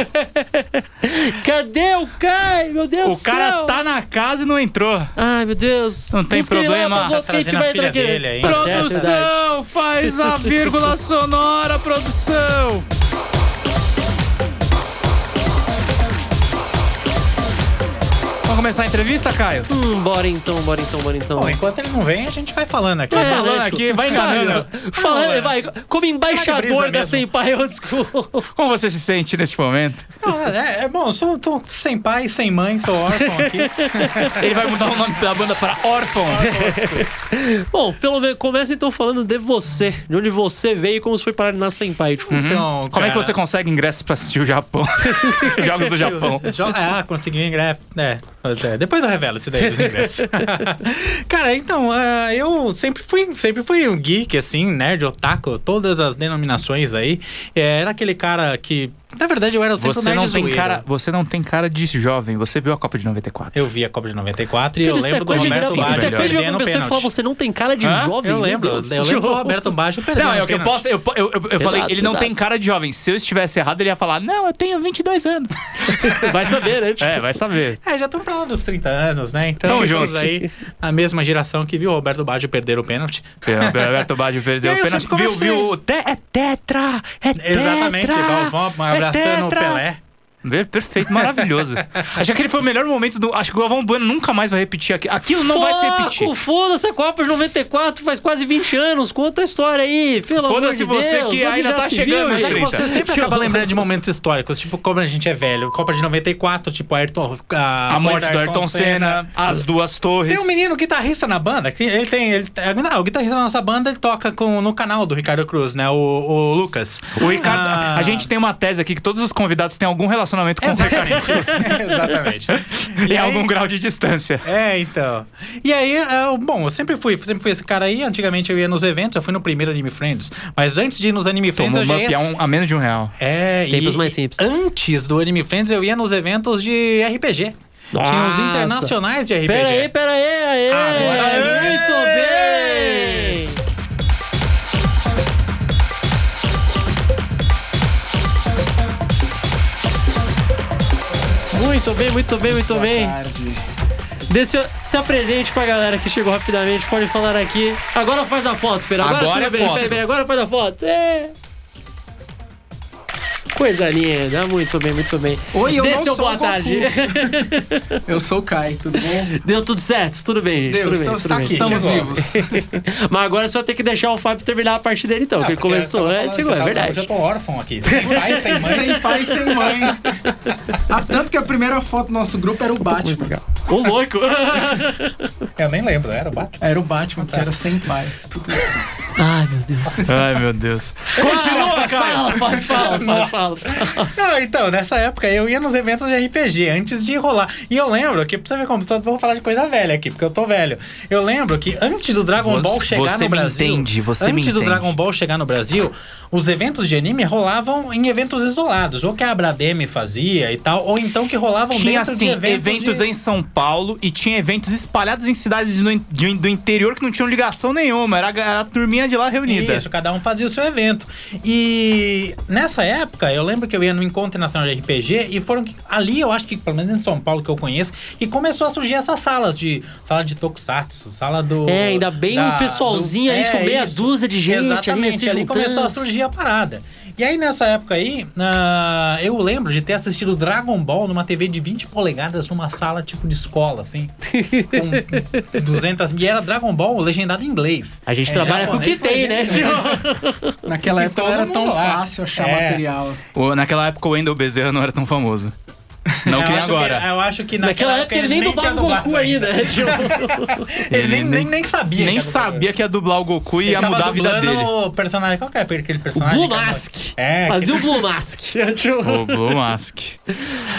S2: Cadê o Kai? Meu Deus
S1: o
S2: do
S1: cara
S2: céu.
S1: tá na casa e não entrou.
S2: Ai, meu Deus.
S1: Não tem
S2: Busquem lá,
S1: problema.
S2: por favor,
S3: Tá
S2: quem
S3: trazendo
S2: tiver entra
S3: a filha
S2: aqui.
S3: dele aí.
S2: Tá certo, é verdade.
S1: produção, faz a vírgula sonora, produção. Vamos começar a entrevista, Caio?
S2: Hum, bora então, bora então, bora então.
S3: Bom, enquanto ele não vem, a gente vai falando aqui.
S2: É,
S1: falando
S2: né,
S1: aqui, vai enganando.
S2: Fala, vai, como
S3: brisa
S2: embaixador da
S3: mesmo.
S2: Senpai Old School.
S1: Como você se sente neste momento?
S3: Não, é, é bom, sou, tô sem pai, sem mãe, sou órfão aqui.
S1: Ele vai mudar o nome da banda para Orphans.
S2: Bom, pelo menos começa então falando de você, de onde você veio e como você foi parar na Senpai. Tipo,
S3: Então,
S1: Como é que
S3: cara,
S1: você consegue ingressos pra assistir o Japão? Jogos do Japão.
S3: Jo- Ah, consegui ingresso. É, pois é. depois eu revelo esse daí dos ingressos. Cara, então, ah, eu sempre fui, sempre fui um geek, assim, nerd, otaku, todas as denominações aí. É, Era aquele cara que. Na verdade, eu era sempre um
S1: Você
S3: nerd
S1: não, tem
S3: zoeiro.
S1: cara, você não tem cara de jovem. Você viu a Copa de 94.
S3: Eu vi a Copa de 94 e eu
S2: Isso é
S3: lembro do
S2: coisa de
S3: Roberto
S1: engraçado,
S2: graça.
S1: Baggio
S2: Você
S3: Baggio
S1: melhor.
S2: perde
S3: perdendo
S2: alguma
S3: o
S2: pessoa e fala,
S3: pênalti.
S2: você não tem cara de
S1: Hã?
S2: jovem.
S3: Eu
S2: meu
S3: lembro,
S2: Deus. Tipo,
S3: eu lembro do Roberto Baggio perdendo
S1: Não, é o que eu
S3: pênalti.
S1: posso. Eu, eu, eu, eu falei, ele não
S2: exato.
S1: tem cara de jovem. Se eu estivesse errado, ele ia falar: Não, eu tenho 22 anos.
S2: Vai saber, né? Tipo,
S1: é, vai saber.
S3: É, já estamos pra lá dos 30 anos, né? Então,
S1: Tamo
S3: estamos
S1: junto.
S3: aí a mesma geração que viu o Roberto Baggio perder o pênalti.
S1: Roberto Baggio perdeu
S3: É,
S1: É, o
S3: eu
S1: pênalti.
S3: sempre
S1: Viu,
S3: comecei.
S1: viu? Te, é tetra! É tetra! É
S3: Exatamente, um Galvão
S1: um
S3: abraçando o
S1: tetra.
S3: é Pelé.
S1: Ver- Perfeito, maravilhoso. Acho que aquele foi o melhor momento do. Acho que o Galvão Bueno nunca mais vai repetir aqui. Aquilo não vai se repetir.
S2: Foco, Foda-se é a Copa de 94, faz quase 20 anos. Conta a história aí, pelo amor de Deus.
S1: Foda-se você que
S2: onde
S1: ainda
S2: já
S1: tá
S2: se
S1: chegando
S2: viu,
S1: nos
S2: gente? Tipo,
S3: É que
S1: 30.
S3: você sempre acaba lembrando de momentos históricos, tipo como a gente é velho. Copa de 94, tipo Ayrton, a,
S1: A morte do Ayrton Senna, as duas torres.
S3: Tem um menino guitarrista na banda, que ele tem. Ele, é, não, o guitarrista da nossa banda ele toca com, no canal do Ricardo Cruz, né? O, o Lucas.
S1: O Ricardo,
S3: Ah.
S1: a gente tem uma tese aqui que todos os convidados têm algum relacionamento com o Ricardo.
S3: Exatamente.
S1: Em
S3: E aí-
S1: algum grau de distância.
S3: É, então. E aí, eu- bom, eu sempre fui, sempre fui esse cara aí. Antigamente eu ia nos eventos, eu fui no primeiro Anime Friends. Mas antes de ir nos Anime Friends,
S1: Tomou
S3: eu
S1: uma
S3: já ia
S1: a, um- a menos de um real.
S3: É,
S2: Tempos
S3: e
S2: mais simples.
S3: antes do Anime Friends, eu ia nos eventos de RPG. Tinha os
S2: Nossa.
S3: internacionais de RPG.
S2: Pera
S1: é.
S2: aí, pera aí, aê!
S3: Agora-
S2: Muito bem! Muito bem, muito bem, muito bem. Dê seu- se apresente pra galera que chegou rapidamente, pode falar aqui. Agora faz a foto, pera. Agora,
S1: Agora
S2: tudo
S1: é
S2: bem,
S1: foto.
S2: pera, pera, agora faz a foto. É. Coisa linda, muito bem, muito bem.
S4: Oi, eu
S2: Dê
S4: não
S2: seu
S4: sou
S2: boa
S4: um o Goku.
S2: tarde.
S4: Eu sou o Kai, tudo bom?
S2: Deu tudo certo, tudo bem, gente. tudo
S4: Deus,
S2: bem,
S4: estamos,
S2: tudo bem.
S4: aqui, estamos vivos.
S2: Mas agora você vai ter que deixar o Fábio terminar a parte dele, então. porque ele começou, né? Chegou, é
S3: Eu já
S2: verdade.
S3: tô órfão aqui. Sem pai, sem mãe.
S4: sem pai, sem mãe. Ah, tanto que a primeira foto do nosso grupo era o Batman.
S2: Ô, louco.
S3: Eu nem lembro, era o Batman. Tá.
S4: Era o Batman, que era sem pai. Tudo-
S2: Ai, meu Deus.
S1: Ai, meu Deus.
S2: Continua, cara. Fala, fala, fala, fala, fala.
S3: Não, então, nessa época eu ia nos eventos de RPG antes de rolar. E eu lembro que, pra você ver como, só vou falar de coisa velha aqui, porque eu tô velho. Eu lembro que antes do Dragon
S1: Você-
S3: Ball chegar
S1: você me
S3: no Brasil.
S1: entende, você me
S3: antes do
S1: entende.
S3: Dragon Ball chegar no Brasil, os eventos de anime rolavam em eventos isolados. Ou que a Abrademe fazia e tal, ou então que rolavam
S1: Tinha,
S3: dentro
S1: assim,
S3: de
S1: eventos,
S3: eventos. de-
S1: em São Paulo e tinha eventos espalhados em cidades do, in- de- do interior que não tinham ligação nenhuma. Era, a- era a turminha de lá reunida.
S3: Isso, cada um fazia o seu evento. E nessa época, eu lembro que eu ia no Encontro Nacional de RPG e foram que- ali, eu acho que, pelo menos em São Paulo que eu conheço, e começou a surgir essas salas de sala de Tokusatsu, sala do. é,
S2: É, ainda bem o pessoalzinho aí, tipo, meia dúzia de gente ali,
S3: Exatamente,
S2: se
S3: ali, começou a
S2: juntando.
S3: surgir a parada. E aí, nessa época aí, ah, eu lembro de ter assistido Dragon Ball numa TV de 20 polegadas numa sala tipo de escola, assim. Com 200. E era Dragon Ball legendado em inglês.
S2: A gente
S3: É,
S2: trabalha com o que
S3: japonês,
S2: tem, né,
S3: japonês.
S2: Gil?
S4: Naquela
S3: E
S4: época não
S3: todo
S4: era
S3: mundo
S4: tão
S3: lá.
S4: fácil achar
S3: É.
S4: material.
S1: O- naquela época o Wendel Bezerra não era tão famoso. Não
S3: É, Eu
S1: que nem
S3: acho
S1: agora.
S3: que- eu acho que
S2: Naquela época ele nem
S3: tinha
S2: dublava o Goku
S3: dublado
S2: ainda, né, Gil?
S3: Ele nem, nem, nem sabia.
S1: Nem
S3: que era dublado.
S1: sabia que ia dublar o Goku e
S3: Ele
S1: ia
S3: tava
S1: mudar a vida
S3: dublando
S1: dele.
S3: o personagem. Qual que é aquele personagem?
S2: Blue
S3: que era-
S2: Mask.
S3: É,
S2: Fazia o
S3: que-
S2: Blue Mask.
S1: O Blue Mask.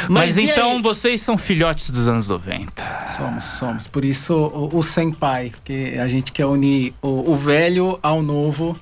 S1: Mas,
S2: e aí?
S1: então vocês são filhotes dos anos 90.
S4: Somos, somos. Por isso o, o senpai, porque a gente quer unir o, o velho ao novo,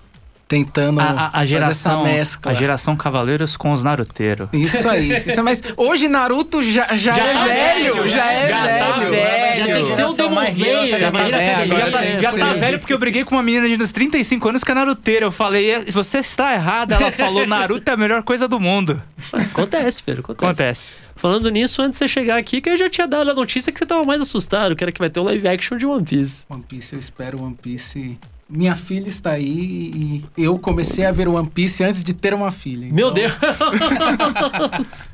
S4: tentando
S1: A, a- a geração,
S4: fazer essa mescla.
S1: a geração Cavaleiros com os Naruteiros.
S4: Isso aí. Isso é, mas hoje Naruto já, já,
S2: Já
S4: é
S2: tá
S4: velho,
S2: velho,
S4: já é
S1: já tá
S4: velho.
S1: velho.
S2: Já tem que ser o
S3: Geração
S2: Demon
S3: My Hero,
S2: Slayer.
S3: tá
S2: imagina
S4: bem,
S2: aquele-
S4: agora
S1: Já tá,
S4: é,
S1: já
S4: sim.
S1: tá velho porque eu briguei com uma menina de uns 35 anos que é naruteira. Eu falei, "É, você está errada. Ela falou, Naruto é a melhor coisa do mundo.
S2: Acontece, Pedro, acontece.
S1: Acontece.
S2: Falando nisso, antes de você chegar aqui, que eu já tinha dado a notícia que você tava mais assustado, que era que vai ter um live action de One Piece.
S4: One Piece, eu espero One Piece. Minha filha está aí e eu comecei a ver One então, Piece antes de ter uma filha.
S2: Meu
S4: Então,
S2: Deus!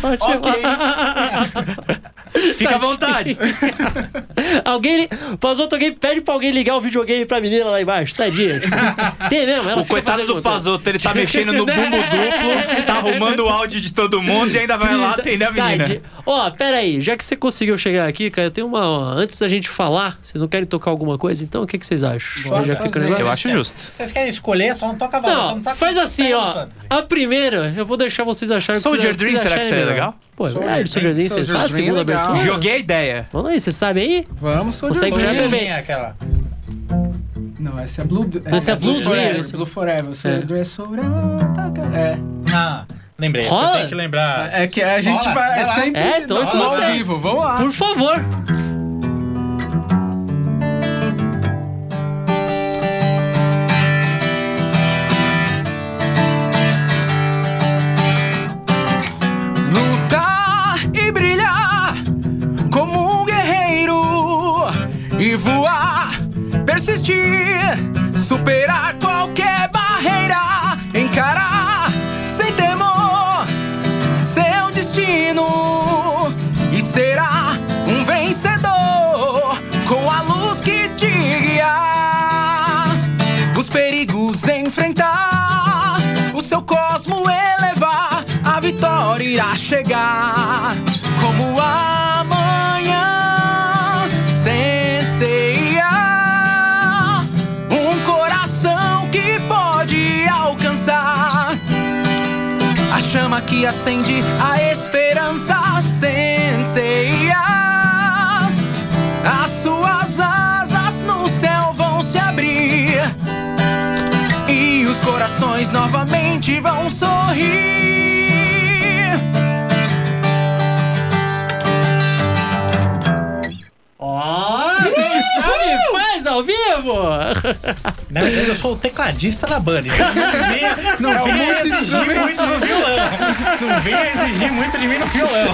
S2: Pode
S4: Ok.
S1: Fica à vontade.
S2: alguém. Pazoto, alguém pede pra alguém ligar o videogame pra menina lá embaixo. Tadinha. Tipo, tem mesmo, ela
S1: O
S2: fica
S1: coitado
S2: fazendo
S1: do
S2: conta.
S1: Pazoto, ele tá mexendo no bumbo duplo, tá arrumando o áudio de todo mundo e ainda vai lá atender a menina.
S2: Tadinha. Ó, pera aí, já que você conseguiu chegar aqui, cara, eu tenho uma. ó, antes da gente falar, vocês não querem tocar alguma coisa? Então, o que, que vocês acham?
S4: Bora
S2: já fica
S4: fazer. tá
S2: o negócio?
S1: Eu acho justo.
S3: Vocês querem escolher, só não toca a
S2: Não, faz assim, ó. A primeira, eu vou deixar vocês acharem
S1: Soldier Dream, será que seria
S2: é
S1: legal?
S2: Pô, é verdade, Soldier
S4: Soldier
S2: Dream,
S4: Dream,
S2: vocês
S4: Soldier
S2: fazem a
S4: Dream
S2: segunda
S4: é legal.
S2: abertura.
S4: Ah.
S1: Joguei a ideia.
S2: Vamos aí, vocês sabem aí?
S4: Vamos, Soldier
S2: Consegue
S4: Dream.
S2: já beber.
S3: aquela.
S4: Não, essa é Blue...
S2: Essa é Blue Dream,
S4: Forever.
S2: essa-
S4: Blue Forever.
S2: É.
S4: Soldier Dream é sobre... É.
S3: Ah, lembrei.
S2: Rola?
S3: Eu tenho que lembrar.
S4: É que a gente
S3: Bora,
S4: vai... É
S3: vai lá.
S4: sempre
S2: É, então,
S4: no-
S2: com
S4: no ao
S2: vocês.
S4: vivo. Vamos lá.
S2: Por favor.
S4: lutar e brilhar como um guerreiro e voar, persistir, superar qualquer barreira, encarar sem temor seu destino e será um vencedor com a luz que te guiar. Os perigos enfrentar, o seu cosmo elevar, a vitória irá chegar. Como amanhã, senseia, um coração que pode alcançar. A chama que acende a esperança senseia. As suas asas no céu vão se abrir. E os corações novamente vão sorrir.
S2: Ó, quem sabe faz ao vivo.
S3: Na verdade, eu sou o tecladista da banda. então Não vem, não vem exigir muito do violão. Não vem exigir muito de mim no violão.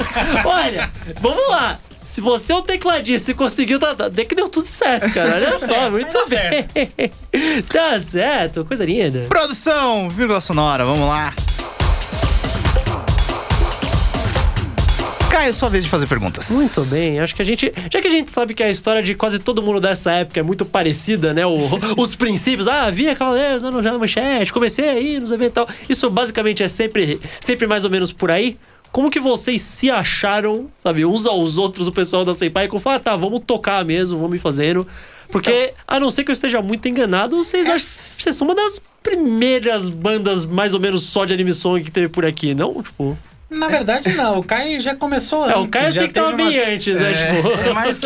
S2: Olha, vamos lá. Se você é um tecladista e conseguiu, tá, tá, até que deu tudo certo, cara. Olha só, muito
S3: tá
S2: bem. tá certo, coisa linda.
S1: Produção, vírgula sonora, vamos lá. Caio, sua vez de fazer perguntas.
S2: Muito bem, acho que a gente. Já que a gente sabe que a história de quase todo mundo dessa época é muito parecida, né? O- os princípios, ah, via Cavaleiros na Jornal Manchete, comecei aí, não sei o que e tal. Isso basicamente é sempre, sempre mais ou menos por aí. Como que vocês se acharam, sabe, uns aos outros, o pessoal da Senpai, como falar, ah, tá, vamos tocar mesmo, vamos ir fazendo. Porque,
S4: Então-
S2: a não ser que eu esteja muito enganado,
S4: É.
S2: vocês acham que vocês são uma das primeiras bandas mais ou menos só de anime song que teve por aqui, não? Tipo.
S3: Na verdade, não. O Kai já começou
S4: Ah,
S2: É, o Caio eu sei que tava bem antes, né? tipo.
S4: É mais,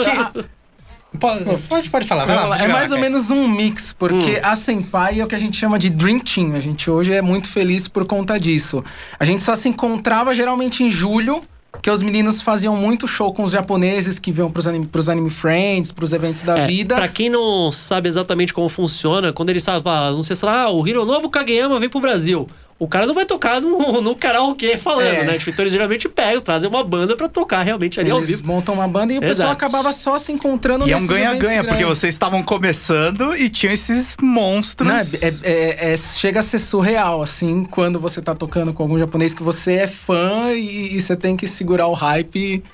S3: Pode, pode falar, vai lá.
S4: é mais ou menos um mix, porque
S2: Hum.
S4: a Senpai é o que a gente chama de Dream Team. A gente hoje é muito feliz por conta disso. A gente só se encontrava geralmente em julho, que os meninos faziam muito show com os japoneses que vinham pros anime, pros anime friends, pros eventos da
S2: É,
S4: vida.
S2: Pra quem não sabe exatamente como funciona, quando eles sabem, ah, não sei se lá, ah, o Hironobu Kageyama vem pro Brasil. O cara não vai tocar no, no karaokê falando,
S4: É.
S2: né? Tipo, então eles geralmente pegam, trazem uma banda pra tocar realmente ali ao
S4: Eles
S2: vivo.
S4: montam uma banda e o pessoal
S2: Exato.
S4: acabava só se encontrando
S1: E é um
S4: nesses eventos
S1: ganha-ganha, porque
S4: grandes.
S1: vocês estavam começando e tinham esses monstros.
S4: Não, é, é- é- é- chega a ser surreal, assim, quando você tá tocando com algum japonês que você é fã e, e você tem que segurar o hype.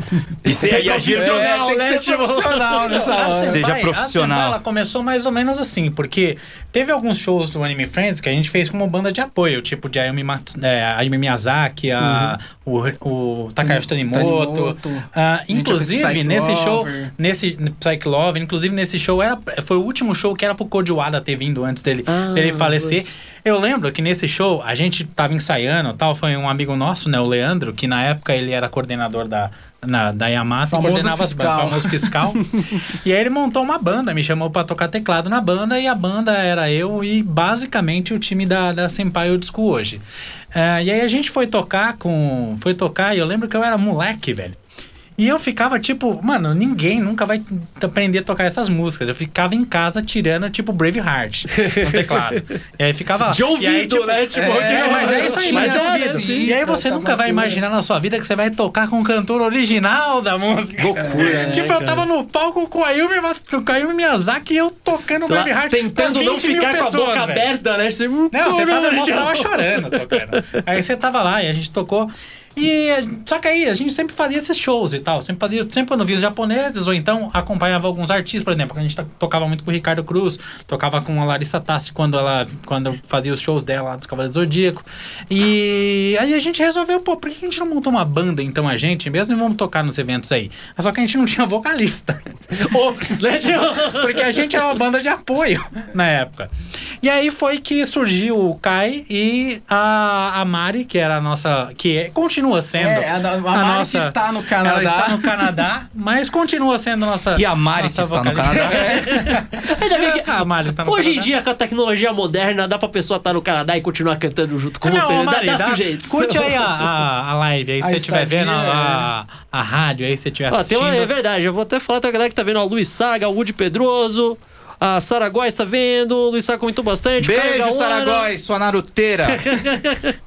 S1: e você ia agir
S2: profissional.
S1: é,
S4: tem que
S2: né,
S4: ser
S2: tipo?
S4: profissional nessa
S3: A
S4: hora.
S2: Assim,
S1: Seja
S3: Senpai- a
S1: profissional.
S3: Senpai, ela assim, começou mais ou menos assim, porque teve alguns shows do Anime Friends que a gente fez como banda de apoio, tipo de Ayumi, Mats- é, Ayumi Miyazaki, a, o, o Takashi
S4: Tá
S3: Tanimoto.
S4: Uhum. Tanimoto.
S3: Ah,
S4: gente já
S3: inclusive,
S4: fez
S3: nesse
S4: Psych
S3: show,
S4: Lover.
S3: nesse Psych Love, inclusive nesse show, era, foi o último show que era pro Kodiwada ter vindo antes dele,
S2: Ah,
S3: dele falecer.
S2: putz.
S3: Eu lembro que nesse show a gente tava ensaiando e tal, foi um amigo nosso, né, o Leandro, que na época ele era coordenador da, na, da Yamato
S4: Famoso
S3: coordenava as bandas,
S4: fiscal. né?
S3: famoso fiscal. e aí ele montou uma banda, me chamou pra tocar teclado na banda, e a banda era eu e basicamente o time da, da Senpai Old School hoje. É, Ah, e aí a gente foi tocar com. Foi tocar, e eu lembro que eu era moleque, velho. E eu ficava tipo, mano, ninguém nunca vai aprender a tocar essas músicas. Eu ficava em casa tirando, tipo, Braveheart no teclado. e aí ficava.
S2: De
S3: e aí,
S2: ouvido,
S3: tipo,
S2: né? Tipo,
S3: É, mas é isso aí,
S4: Mas
S3: mas é
S4: é
S3: ouvido.
S4: assim,
S3: E aí você
S4: tá
S3: nunca vai
S4: madura.
S3: imaginar na sua vida que você vai tocar com o cantor original da música.
S2: Loucura, né,
S3: tipo, eu
S2: cara?
S3: tava no palco com o Ayumi, com o Ayumi Miyazaki e eu tocando
S2: Sei lá,
S3: Braveheart. pra
S2: tentando não
S3: 20 mil
S2: ficar com a
S3: pessoas,
S2: boca
S3: velho.
S2: aberta, né? Você-
S3: Não, você tá tava, você
S2: Original.
S3: tava chorando tocando. Aí você tava lá e a gente tocou. E a- só que aí a gente sempre fazia esses shows e tal. Sempre fazia, sempre quando via os japoneses, ou então acompanhava alguns artistas, por exemplo. A gente to- tocava muito com o Ricardo Cruz, tocava com a Larissa Tassi quando ela quando fazia os shows dela lá dos Cavaleiros do Zodíaco. E aí a gente resolveu, pô, por que a gente não montou uma banda então a gente mesmo e vamos tocar nos eventos aí? Só que a gente não tinha vocalista.
S2: Ops, né? Tipo,
S3: Porque a gente era uma banda de apoio na época. E aí foi que surgiu o Kai e a, a Mari, que era a nossa. que é- continua sendo.
S4: É, a, a, Mari que está no Canadá.
S3: Ela está no Canadá, mas continua sendo a nossa.
S1: E a Mari
S3: nossa
S1: que está no
S3: vocalista. É,
S1: Canadá.
S2: ainda bem que-
S3: A Mari está no
S2: Hoje em
S3: Canadá.
S2: dia, com a tecnologia moderna, dá pra pessoa estar no Canadá e continuar cantando junto com
S3: Não,
S2: você. né? Dá,
S3: Mari,
S2: dá,
S3: dá-
S2: sujeito.
S3: Curte aí a, a, a live aí, se
S4: A
S3: você estiver
S4: estadia,
S3: vendo a, a, a rádio aí, se você estiver
S2: Ó, tem
S3: assistindo.
S2: uma- é verdade, eu vou até falar da galera que tá vendo, ó, Luiz Saga, Woody Pedroso, a Sara Góes tá vendo, o Luiz Saga comentou bastante. Caio
S1: Beijo,
S2: Gaona.
S1: Saragóis, sua naruteira.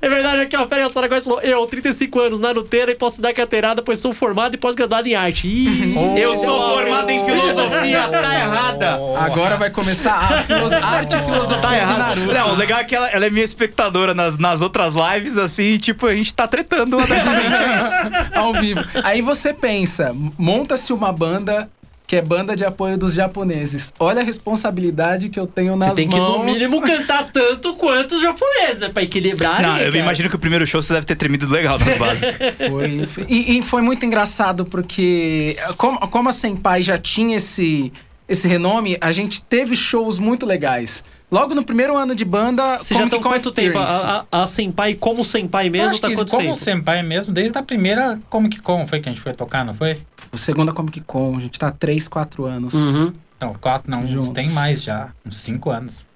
S2: É verdade, aqui, ó, pera aí, a Sara Góes falou, eu, 35 anos, na Nuteira e posso dar carteirada, pois sou formado e pós-graduado em arte. Ih,
S1: Eu sou formado em filosofia, tá errada.
S4: Agora vai começar a filos- arte e filosofia
S1: Tá
S4: do
S1: errado.
S4: Naruto.
S1: Não, o legal é que ela, ela é minha espectadora nas, nas outras lives, assim, e, tipo, a gente tá tretando abertamente. é isso.
S4: Ao vivo. Aí você pensa, monta-se uma banda que é banda de apoio dos japoneses. Olha a responsabilidade que eu tenho nas
S2: você tem que,
S4: mãos.
S2: no mínimo, cantar tanto quanto os japoneses, né? Pra equilibrar.
S1: Não,
S2: né,
S1: eu
S2: cara?
S1: imagino que o primeiro show você deve ter tremido legal nas bases.
S4: Foi, foi- e, e foi muito engraçado porque como, como a Senpai já tinha esse, esse renome, a gente teve shows muito legais. Logo no primeiro ano de banda,
S2: Você já
S4: Comic
S2: tá
S4: Con
S2: quanto tempo?
S4: Experience.
S2: A, a, a Senpai, como Senpai
S3: Eu
S2: mesmo,
S3: acho
S2: tá
S3: que
S2: quanto
S3: como
S2: tempo?
S3: senpai mesmo, desde a primeira Comic Con foi que a gente foi tocar, não foi?
S2: ah.
S4: O segundo é Comic Con, a gente tá há 3, 4 anos.
S2: Uhum.
S3: Não, quatro não, uns
S4: Juntos.
S3: tem mais já. Uns cinco anos.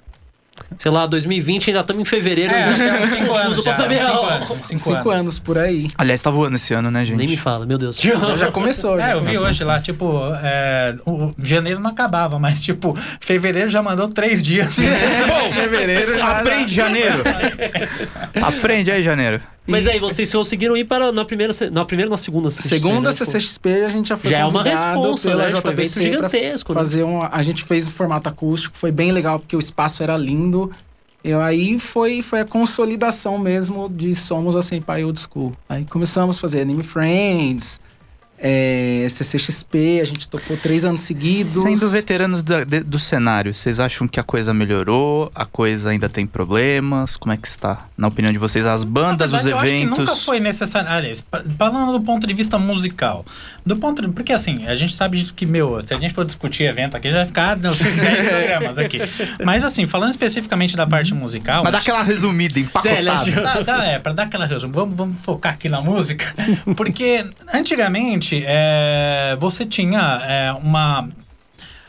S2: Sei lá, 2020, ainda estamos em fevereiro. já
S3: É, acho que é
S2: fico
S3: uns cinco anos
S2: confuso pra
S3: já,
S2: saber.
S3: uns cinco
S2: ó.
S3: anos, uns cinco
S4: 5
S3: anos.
S4: anos por aí.
S1: Aliás, tá voando esse ano, né, gente?
S2: Nem me fala, meu Deus.
S4: Já, já começou. já
S3: É, eu vi
S4: começou.
S3: hoje lá, tipo, é, o, o janeiro não acabava, mas tipo, fevereiro já mandou três dias.
S1: Bom, aprende, janeiro. aprende aí, janeiro.
S2: Mas aí, vocês conseguiram ir para na primeira, se- na primeira, na segunda CCXP,
S4: Segunda
S2: né?
S4: CCXP a gente já foi
S2: Já é uma
S4: convidado
S2: responsa,
S4: pela
S2: né? Tipo, evento
S4: JBC pra
S2: gigantesco, né?
S4: fazer um, a gente fez um formato acústico, foi bem legal porque o espaço era lindo. E aí foi, foi a consolidação mesmo de Somos a Senpai Old School. Aí começamos a fazer Anime Friends, é, CCXP, a gente tocou três anos seguidos.
S1: Sendo veteranos da- de- do cenário, vocês acham que a coisa melhorou? A coisa ainda tem problemas? Como é que está? Na opinião de vocês, as bandas,
S3: Na
S1: os
S3: verdade, Eu acho que nunca
S1: eventos.
S3: foi necessário. Aliás, pa- falando do ponto de vista musical. Do ponto de- Porque assim, a gente sabe que, meu, se a gente for discutir evento aqui, já vai ficar ah, não, 10 programas aqui. Mas assim, falando especificamente da parte musical.
S1: Mas dá aquela resumida, empacotada.
S3: Dá, dá, é, pra dar aquela resumo, vamos, vamos focar aqui na música. Porque antigamente é, você tinha é, uma.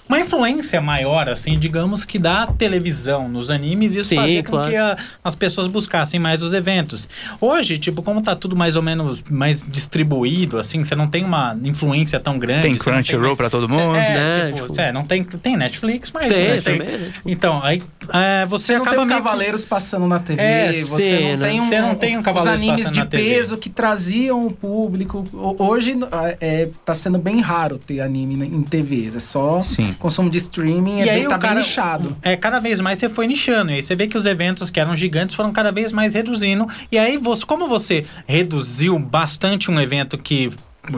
S3: Uma influência maior, assim, digamos, que da televisão nos animes, isso
S2: Sim,
S3: fazia com
S2: claro.
S3: que a- as pessoas buscassem mais os eventos. Hoje, tipo, como tá tudo mais ou menos mais distribuído, assim, você não tem uma influência tão grande.
S1: Tem
S3: você não
S1: Crunchyroll um
S3: mais-
S1: pra todo
S3: Cê-
S1: mundo.
S3: É,
S2: né,
S3: tipo,
S2: tipo-
S3: cê não tem, tem Netflix, mas...
S2: Tem,
S3: né,
S2: também, né, tipo-
S3: Então, aí é, você
S4: Você não
S3: acaba
S4: tem um
S3: meio que-
S4: Cavaleiros passando na TV,
S3: É,
S4: você
S2: sim,
S4: não
S2: né?
S4: tem um,
S3: Você não tem um
S4: os
S3: Cavaleiros
S4: animes
S3: passando
S4: de
S3: na TV.
S4: peso que traziam o público. O- Hoje ah, é, tá sendo bem raro ter anime na- em TV, é só
S1: Sim.
S4: consumo de streaming, é bem, tá bem nichado.
S3: É, cada vez mais você foi nichando. E aí você vê que os eventos que eram gigantes foram cada vez mais reduzindo. E aí, você, como você reduziu bastante um evento que.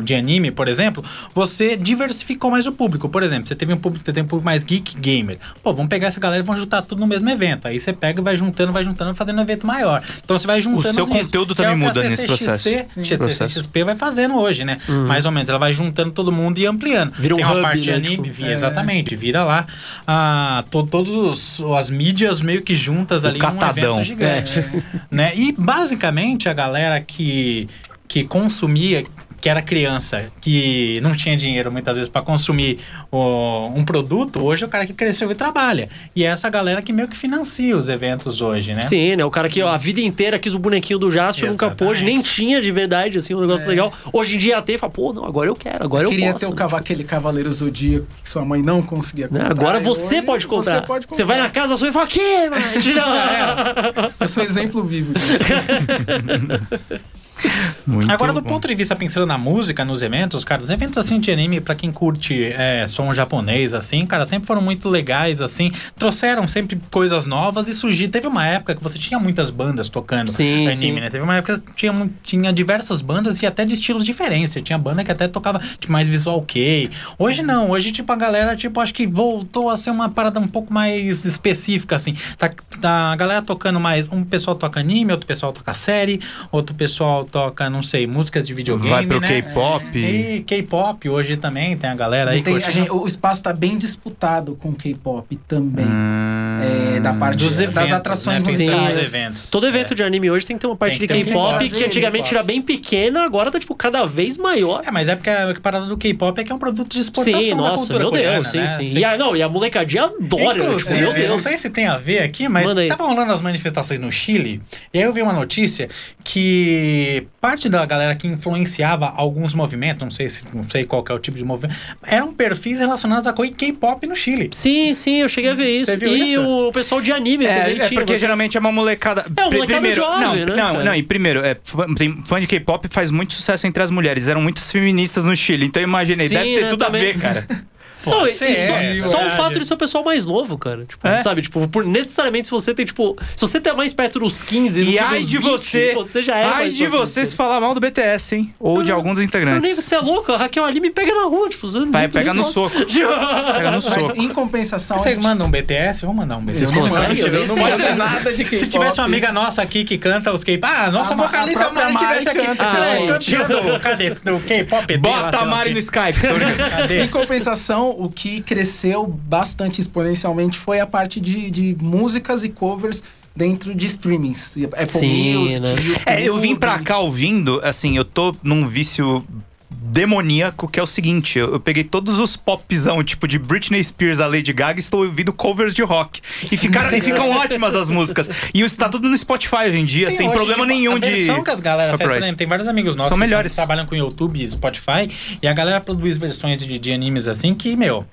S3: De anime, por exemplo, você diversificou mais o público. Por exemplo, você teve um público, você tem um público mais geek gamer. Pô, vamos pegar essa galera e vamos juntar tudo no mesmo evento. Aí você pega e vai juntando, vai juntando, fazendo um evento maior. Então você vai juntando.
S1: seu
S3: nisso.
S1: conteúdo
S3: Que é
S1: também
S3: o que a
S1: muda nesse processo. Uhum.
S3: CCXP
S1: Sim.
S3: XP vai fazendo hoje, né? Mais ou menos. Ela vai juntando todo mundo e ampliando.
S2: Vira um
S3: Tem uma
S2: hub,
S3: parte de
S2: né,
S3: anime,
S2: tipo,
S1: É.
S3: vi- exatamente. Vira lá ah, to- todas as mídias meio que juntas
S1: O
S3: ali num
S1: catadão. É.
S3: evento gigante. Né? E basicamente a galera que, que consumia que era criança, que não tinha dinheiro muitas vezes para consumir ó, um produto, hoje é o cara que cresceu e trabalha. E é essa galera que meio que financia os eventos hoje, né?
S2: Sim, né? O cara que ó, a vida inteira quis o bonequinho do Jasper, nunca pôde,
S3: Exatamente. É.
S2: nem tinha de verdade, assim, um negócio legal. Hoje em dia tem, fala, pô, não, agora eu quero, agora eu,
S4: Queria
S3: um
S2: posso.
S4: ter o cava- aquele cavaleiro zodíaco que sua mãe não conseguia
S2: Né?
S4: comprar.
S2: Agora
S4: E
S2: você
S4: hoje
S2: pode, comprar.
S4: Você pode comprar.
S2: Você vai na casa sua e fala, aqui, mãe,
S3: É.
S2: tira.
S4: Eu sou exemplo vivo disso.
S1: Muito
S3: Agora, do
S1: bom.
S3: ponto de vista pensando na música, nos eventos, cara, os eventos assim de anime, pra quem curte é, som japonês, assim, cara, sempre foram muito legais, assim, trouxeram sempre coisas novas e surgiu. Teve uma época que você tinha muitas bandas tocando
S2: Sim,
S3: anime,
S2: sim.
S3: né? Teve uma época que tinha, mu- tinha diversas bandas e até de estilos diferentes. Você tinha banda que até tocava tipo, mais visual kei. Hoje
S1: Uhum.
S3: não, hoje, tipo, a galera, tipo, acho que voltou a ser uma parada um pouco mais específica, assim. Tá, tá a galera tocando mais. Um pessoal toca anime, outro pessoal toca série, outro pessoal toca, não sei, músicas de videogame.
S1: Vai pro
S3: né?
S1: K-pop.
S3: E K-pop hoje também tem a galera aí
S4: Tem- a
S3: curtindo.
S4: gente- o espaço tá bem disputado com o K-pop também.
S1: Hum.
S4: É, da parte
S3: dos
S4: das
S3: eventos,
S4: atrações
S3: né? Pensando nos
S4: musicais.
S3: eventos. É.
S2: Todo evento de anime hoje tem que ter uma parte
S3: Tem que ter
S2: de
S3: um
S2: K-pop que,
S4: pedaço deles,
S2: antigamente
S4: claro.
S2: era bem pequena, agora tá, tipo, cada vez maior.
S3: É, mas é porque a parada do K-pop é que é um produto de exportação
S2: Sim,
S3: da
S2: nossa,
S3: cultura
S2: meu
S3: coreana,
S2: Deus, sim,
S3: né?
S2: sim. E a, não, e a molecadinha adora, né? tipo,
S3: Inclusive,
S2: meu
S3: eu não
S2: Deus.
S3: sei se tem a ver aqui, mas
S2: Manda aí.
S3: tava rolando as manifestações no Chile, e aí eu vi uma notícia que parte da galera que influenciava alguns movimentos, não sei se não sei qual que é o tipo de movimento, eram perfis relacionados a coi- K-pop no Chile.
S2: Sim, sim, eu cheguei a ver isso.
S3: Você viu
S2: e
S3: isso?
S2: o pessoal de anime também
S1: É, é
S2: tinha.
S1: porque
S2: você-
S1: geralmente é uma molecada.
S3: um
S2: É, uma
S1: Pri-
S2: molecada
S1: primeiro,
S2: jovem,
S1: não,
S2: né,
S1: Não,
S2: cara?
S1: não, e primeiro, é, fã, tem- fã de K-pop faz muito sucesso entre as mulheres. Eram muitas feministas no Chile, então eu imaginei,
S2: Sim,
S1: deve ter
S2: né,
S1: tudo
S2: também.
S1: a ver, cara.
S2: Não,
S3: Pô,
S2: e- e
S3: você
S2: só,
S3: é,
S2: só o
S3: verdade.
S2: fato de ser o pessoal mais novo, cara. Tipo,
S1: É.
S2: sabe? Tipo, por necessariamente se você tem, tipo. Se você tá mais perto dos 15 do
S1: E
S2: que
S1: ai
S2: dos
S1: de
S2: 20,
S1: você.
S2: Você já é.
S1: Ai
S2: mais
S1: de
S2: próximo
S1: você
S2: do
S1: se falar mal do BTS, hein? Ou
S2: Eu
S1: de
S2: não-
S1: alguns
S2: Eu nem,
S1: integrantes.
S2: você é louco, a Raquel Anime pega na rua, tipo, você
S1: Vai, pega no soco. Pega no
S4: Mas,
S1: soco.
S4: em compensação,
S3: Você
S4: a gente-
S3: manda um BTS? Vamos mandar um BTS.
S2: Vocês conseguem?
S3: Manda,
S2: Eu
S3: tira,
S2: nem
S3: não
S2: sei. um
S3: manda nada.
S4: nada de K-pop.
S3: Se tivesse uma amiga nossa aqui que canta os K-pop. Ah, nossa
S4: A ma- a
S3: vocalista a
S4: própria
S3: Mari tivesse
S4: Mari
S3: aqui.
S4: canta
S3: Ela é
S2: também.
S3: campeã do, cadê? Do K-pop. dela, sei
S1: Bota
S3: lá
S1: a
S3: o
S1: Mari
S3: quê.
S1: no Skype. tô brincando.
S3: Cadê?
S4: Em compensação, o que cresceu bastante exponencialmente foi a parte de, de músicas e covers dentro de streamings. Apple
S2: Sim,
S4: Music,
S2: né?
S4: YouTube.
S1: É, eu vim pra cá ouvindo, assim, eu tô num vício demoníaco que é o seguinte, eu, eu peguei todos os popzão, tipo de Britney Spears a Lady Gaga e estou ouvindo covers de rock. E, ficaram, e ficam ótimas as músicas. E isso tá tudo no Spotify hoje em dia,
S3: Sim,
S1: sem
S3: hoje,
S1: problema
S3: tipo,
S1: nenhum
S3: a
S1: de...
S3: versão que as galera faz, por
S1: copyright.
S3: exemplo, tem vários amigos nossos
S1: São
S3: que
S1: melhores.
S3: trabalham com YouTube, e Spotify, e a galera produz versões de, de animes assim que, meu.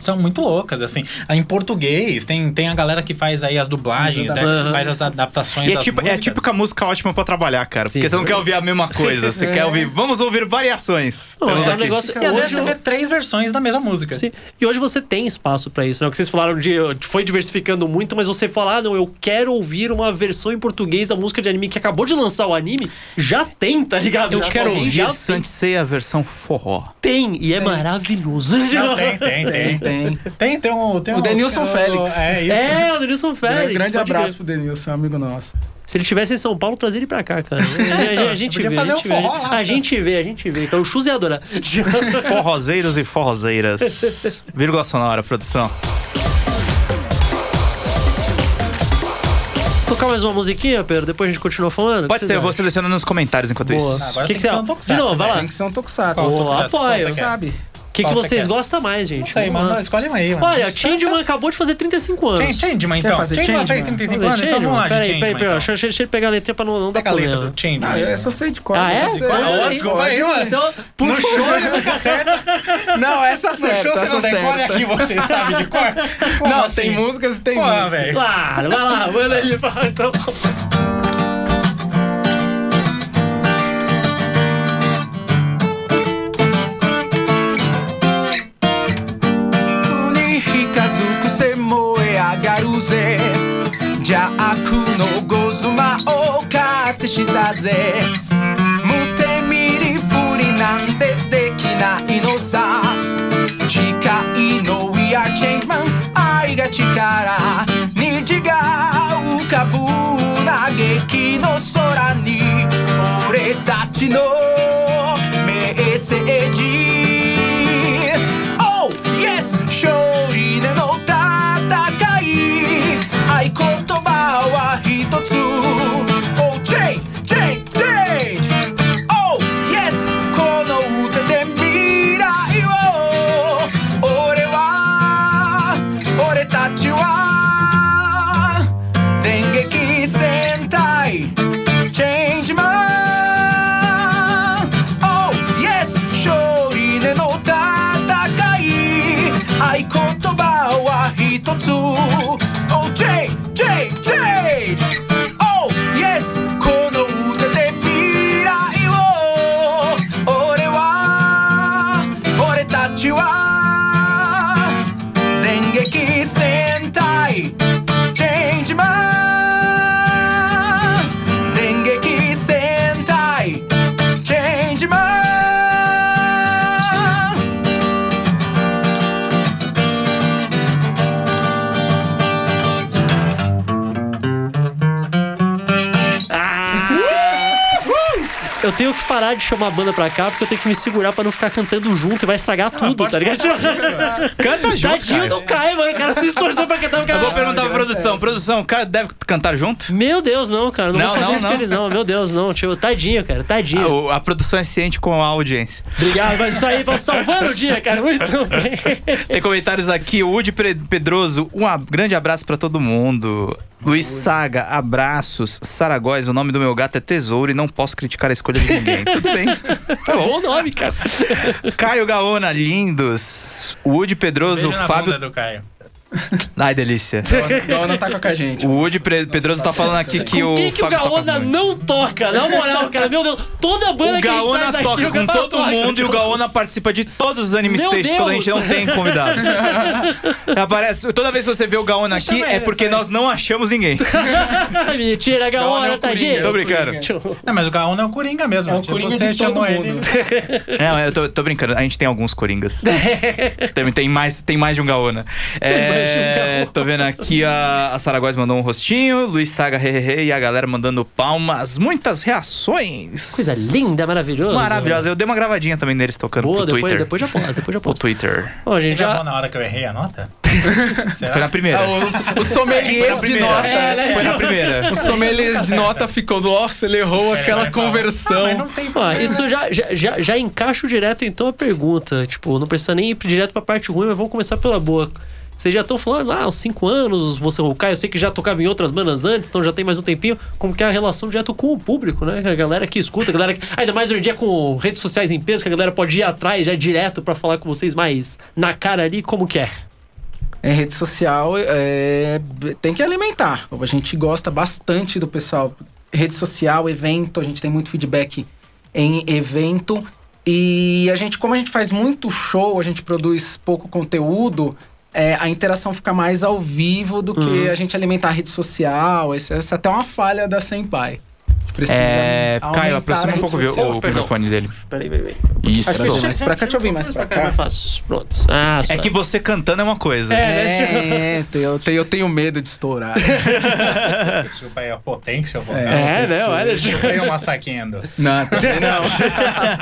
S3: São muito loucas, assim. Ah, Em português, tem, tem a galera que faz aí as dublagens, né?
S2: Aham.
S3: Faz as adaptações
S1: E é,
S3: das
S1: tipo, é a
S3: músicas.
S1: típica música ótima pra trabalhar, cara.
S2: Sim. é
S1: porque você não quer ouvir a mesma coisa. Você quer ouvir. Vamos ouvir variações.
S2: Não,
S1: Temos
S2: é um
S1: aqui.
S2: negócio.
S3: E às
S2: hoje
S3: vezes você
S2: eu-
S3: vê três versões da mesma música.
S2: Sim. E hoje você tem espaço pra isso, né? O que vocês falaram de foi diversificando muito, mas você fala, ah, não, eu quero ouvir uma versão em português da música de anime que acabou de lançar o anime, já tem, tá ligado?
S1: Eu
S2: Já
S1: quero
S2: tem, já
S1: ouvir Santisei a versão forró.
S2: Tem, e é maravilhoso.
S3: Não, tem, tem, tem.
S4: Tem, tem.
S3: Tem, tem um. Tem
S4: O
S3: um-
S4: Denilson
S3: tem um-
S4: Félix.
S3: É, isso.
S2: É, o Denilson Félix.
S4: Um grande
S2: pode crer.
S4: abraço pro Denilson, amigo nosso.
S2: Se ele estivesse em São Paulo, trazer ele pra cá, cara. A gente, a gente
S3: podia
S2: vê.
S3: fazer
S2: a gente
S3: um
S2: vê,
S3: forró lá,
S2: a
S3: cara.
S2: gente vê, a gente vê. O Chus é ia adorar.
S1: Forrozeiros e forrozeiras. Vírgula sonora, produção.
S2: Tocar mais uma musiquinha, Pedro, depois a gente continua falando? O que
S1: Pode
S2: vocês
S1: ser, eu vou
S2: acham?
S1: selecionando nos comentários enquanto
S2: é Boa.
S1: isso.
S3: Agora
S2: que
S3: tem
S2: que
S3: que
S2: você-
S3: ser um tokusatsu,
S2: De novo, vai
S3: velho.
S2: lá.
S4: Tem que ser um tokusatsu.
S3: Qual
S2: Boa,
S3: tokusatsu
S2: apoio.
S3: você
S4: Você
S3: quer?
S4: sabe?
S2: O que, que
S3: Qual você
S2: vocês
S3: quer?
S2: gostam mais, gente?
S3: Isso aí,
S2: Vamos lá.
S3: mano. Escolhe uma aí, mano.
S2: Olha, Changeman acabou de fazer 35 anos.
S3: Changeman,
S4: Quer
S3: então.
S4: fazer
S3: Changeman
S4: Changeman?
S3: fez 35 anos, então vamos lá
S2: Peraí,
S3: de
S2: peraí,
S3: Changeman,
S2: peraí.
S3: então.
S2: Deixa, deixa ele pegar a letrinha pra não, tá não dar
S3: Pega a letra
S2: problema.
S3: do Changeman.
S4: Ah, essa eu sei de cor.
S2: Ah, é?
S4: Você-
S2: Qual?
S4: eu
S2: Ó,
S4: sei.
S3: desculpa aí, mano.
S2: Então,
S3: No show ele nunca acerta.
S4: Não, essa
S3: No
S4: acerta,
S3: show você
S4: essa
S3: não decora
S4: acerta.
S3: aqui, você sabe de cor. Como
S4: Não,
S3: assim?
S4: tem músicas e tem
S3: Pô,
S4: músicas.
S3: velho.
S2: claro, vai lá, manda aí. vai, Então.
S4: に引かずくせ燃え上がるぜ邪悪のゴズマを勝手したぜ無手見りふりなんてできないのさ次回の We Are Changeman 愛が力虹が浮かぶ嘆きの空に俺たちのメッセージ Oh yes 勝利での戦い合言葉は一つ Oh J J J Oh yes こ
S2: eu tenho que parar de chamar a banda pra cá, porque eu tenho que me segurar pra não ficar cantando junto e vai estragar tudo,
S3: pode
S2: tá ligado?
S1: Canta junto,
S2: Tadinho
S1: cara.
S2: Tá do Caio, mano. O cara se esforçou pra cantar. o
S1: Eu
S2: cara-
S1: vou perguntar pra
S4: Deus
S1: produção.
S4: é.
S1: Produção, o cara deve cantar junto?
S2: Meu Deus, não, cara. Não,
S1: Não,
S2: vou fazer
S1: não,
S2: isso
S1: não.
S2: pra eles, não. Meu Deus, não. Tipo, tadinho, cara.
S1: Ah,
S2: Tadinho.
S1: o- A, produção é ciente com a audiência.
S2: Obrigado, mas isso aí vai salvar o dia, cara. Muito bem.
S1: Tem comentários aqui. O Woody Pre- Pedroso, um ab- grande abraço pra todo mundo. Luiz Saga, abraços. Sara Góes, o nome do meu gato é Tesouro e não posso criticar a escolha de ninguém. Tudo bem. Tá bom.
S2: Bom nome, cara.
S1: Caio Gaona, lindos. O Woody Pedroso,
S3: Beijo na bunda
S1: Fábio.
S3: do Caio.
S1: Ai, delícia.
S4: Dona tá com a gente.
S1: O Woody Pre- Pedroso tá falando aqui que
S2: Com
S1: o.
S2: quem que o
S1: Fábio toca
S2: Gaona
S1: muito.
S2: não toca? Na moral, cara, meu Deus. Toda banda
S1: O
S2: que a gente traz
S1: Gaona
S2: aqui,
S1: toca
S2: o
S1: com
S2: Gaona
S1: todo
S2: toca.
S1: mundo e o Gaona participa de todos os anime
S2: Meu
S1: stages quando a gente
S2: Deus!
S1: não tem convidado. Aparece, toda vez que você vê o Gaona aqui
S2: Chama
S1: é
S2: ele,
S1: porque nós não achamos ninguém.
S2: Ah, Mentira,
S4: Gaona é
S2: Gaona, tá,
S4: o Coringa.
S2: tadinho.
S1: Tô brincando.
S3: Não, mas o Gaona é o Coringa mesmo.
S4: É o
S3: gente.
S4: Coringa
S3: Você
S4: de todo
S3: chamou ele.
S4: mundo.
S1: É. Não, eu tô, tô brincando. A gente tem alguns Coringas. tem, tem mais, tem mais de um Gaona.
S2: mais de
S1: É,
S2: um Gaona.
S1: Tô vendo aqui a, a Sara Góes mandou um rostinho, Luiz Saga hehehe, e a galera mandando palmas. Muitas reações.
S2: Coisa linda, maravilhosa.
S1: Maravilhosa. Eu dei uma gravadinha também neles tocando
S2: Boa,
S1: pro
S2: depois,
S1: Twitter.
S2: depois já posso, depois
S1: Pro
S2: já posso.
S1: Twitter.
S2: Bom, gente,
S3: Já
S2: já...
S3: falou na hora que eu errei a nota?
S1: Foi na
S3: Será?
S1: primeira.
S4: Ah, o, o sommelier de
S1: primeira.
S4: nota.
S2: É, né?
S1: Foi na primeira.
S4: O sommelier de nota ficou, nossa, ele errou aquela
S3: Não,
S4: conversão.
S3: mas não tem
S2: Ó,
S3: problema.
S2: isso já, já, já, já encaixo direto então a pergunta. Tipo, não precisa nem ir direto pra parte ruim, mas vamos começar pela boa. Vocês já estão falando, ah, aos 5 anos, você rocar, eu sei que já tocava em outras bandas antes, então já tem mais um tempinho. Como que é a relação direto com o público, né? A galera que escuta, a galera que. Ainda mais hoje em dia com redes sociais em peso, que a galera pode ir atrás já direto pra falar com vocês mais na cara ali, como que é?
S4: É, rede social é, tem que alimentar. A gente gosta bastante do pessoal. Rede social, evento, a gente tem muito feedback em evento. E a gente, como a gente faz muito show, a gente produz pouco conteúdo, é, a interação fica mais ao vivo do que a gente alimentar a rede social. Esse- Essa é até uma falha da Senpai. A gente Precisa
S1: É,
S4: aumentar
S1: Caio,
S4: a
S1: aproxima um
S4: rede
S1: pouco o,
S4: social.
S1: o microfone dele.
S2: Peraí, peraí, peraí.
S1: Isso.
S4: Aqui, mais pra cá, deixa eu vir mais pra cá.
S2: Mais fácil. Pronto. Ah,
S1: É
S2: suave.
S1: que você cantando é uma coisa.
S4: né?
S2: É.
S4: É, eu tenho, eu tenho medo de estourar.
S3: Desculpa aí a potência, pô.
S2: É, né? Olha,
S3: Desculpa aí o massaquendo.
S4: Não, também não.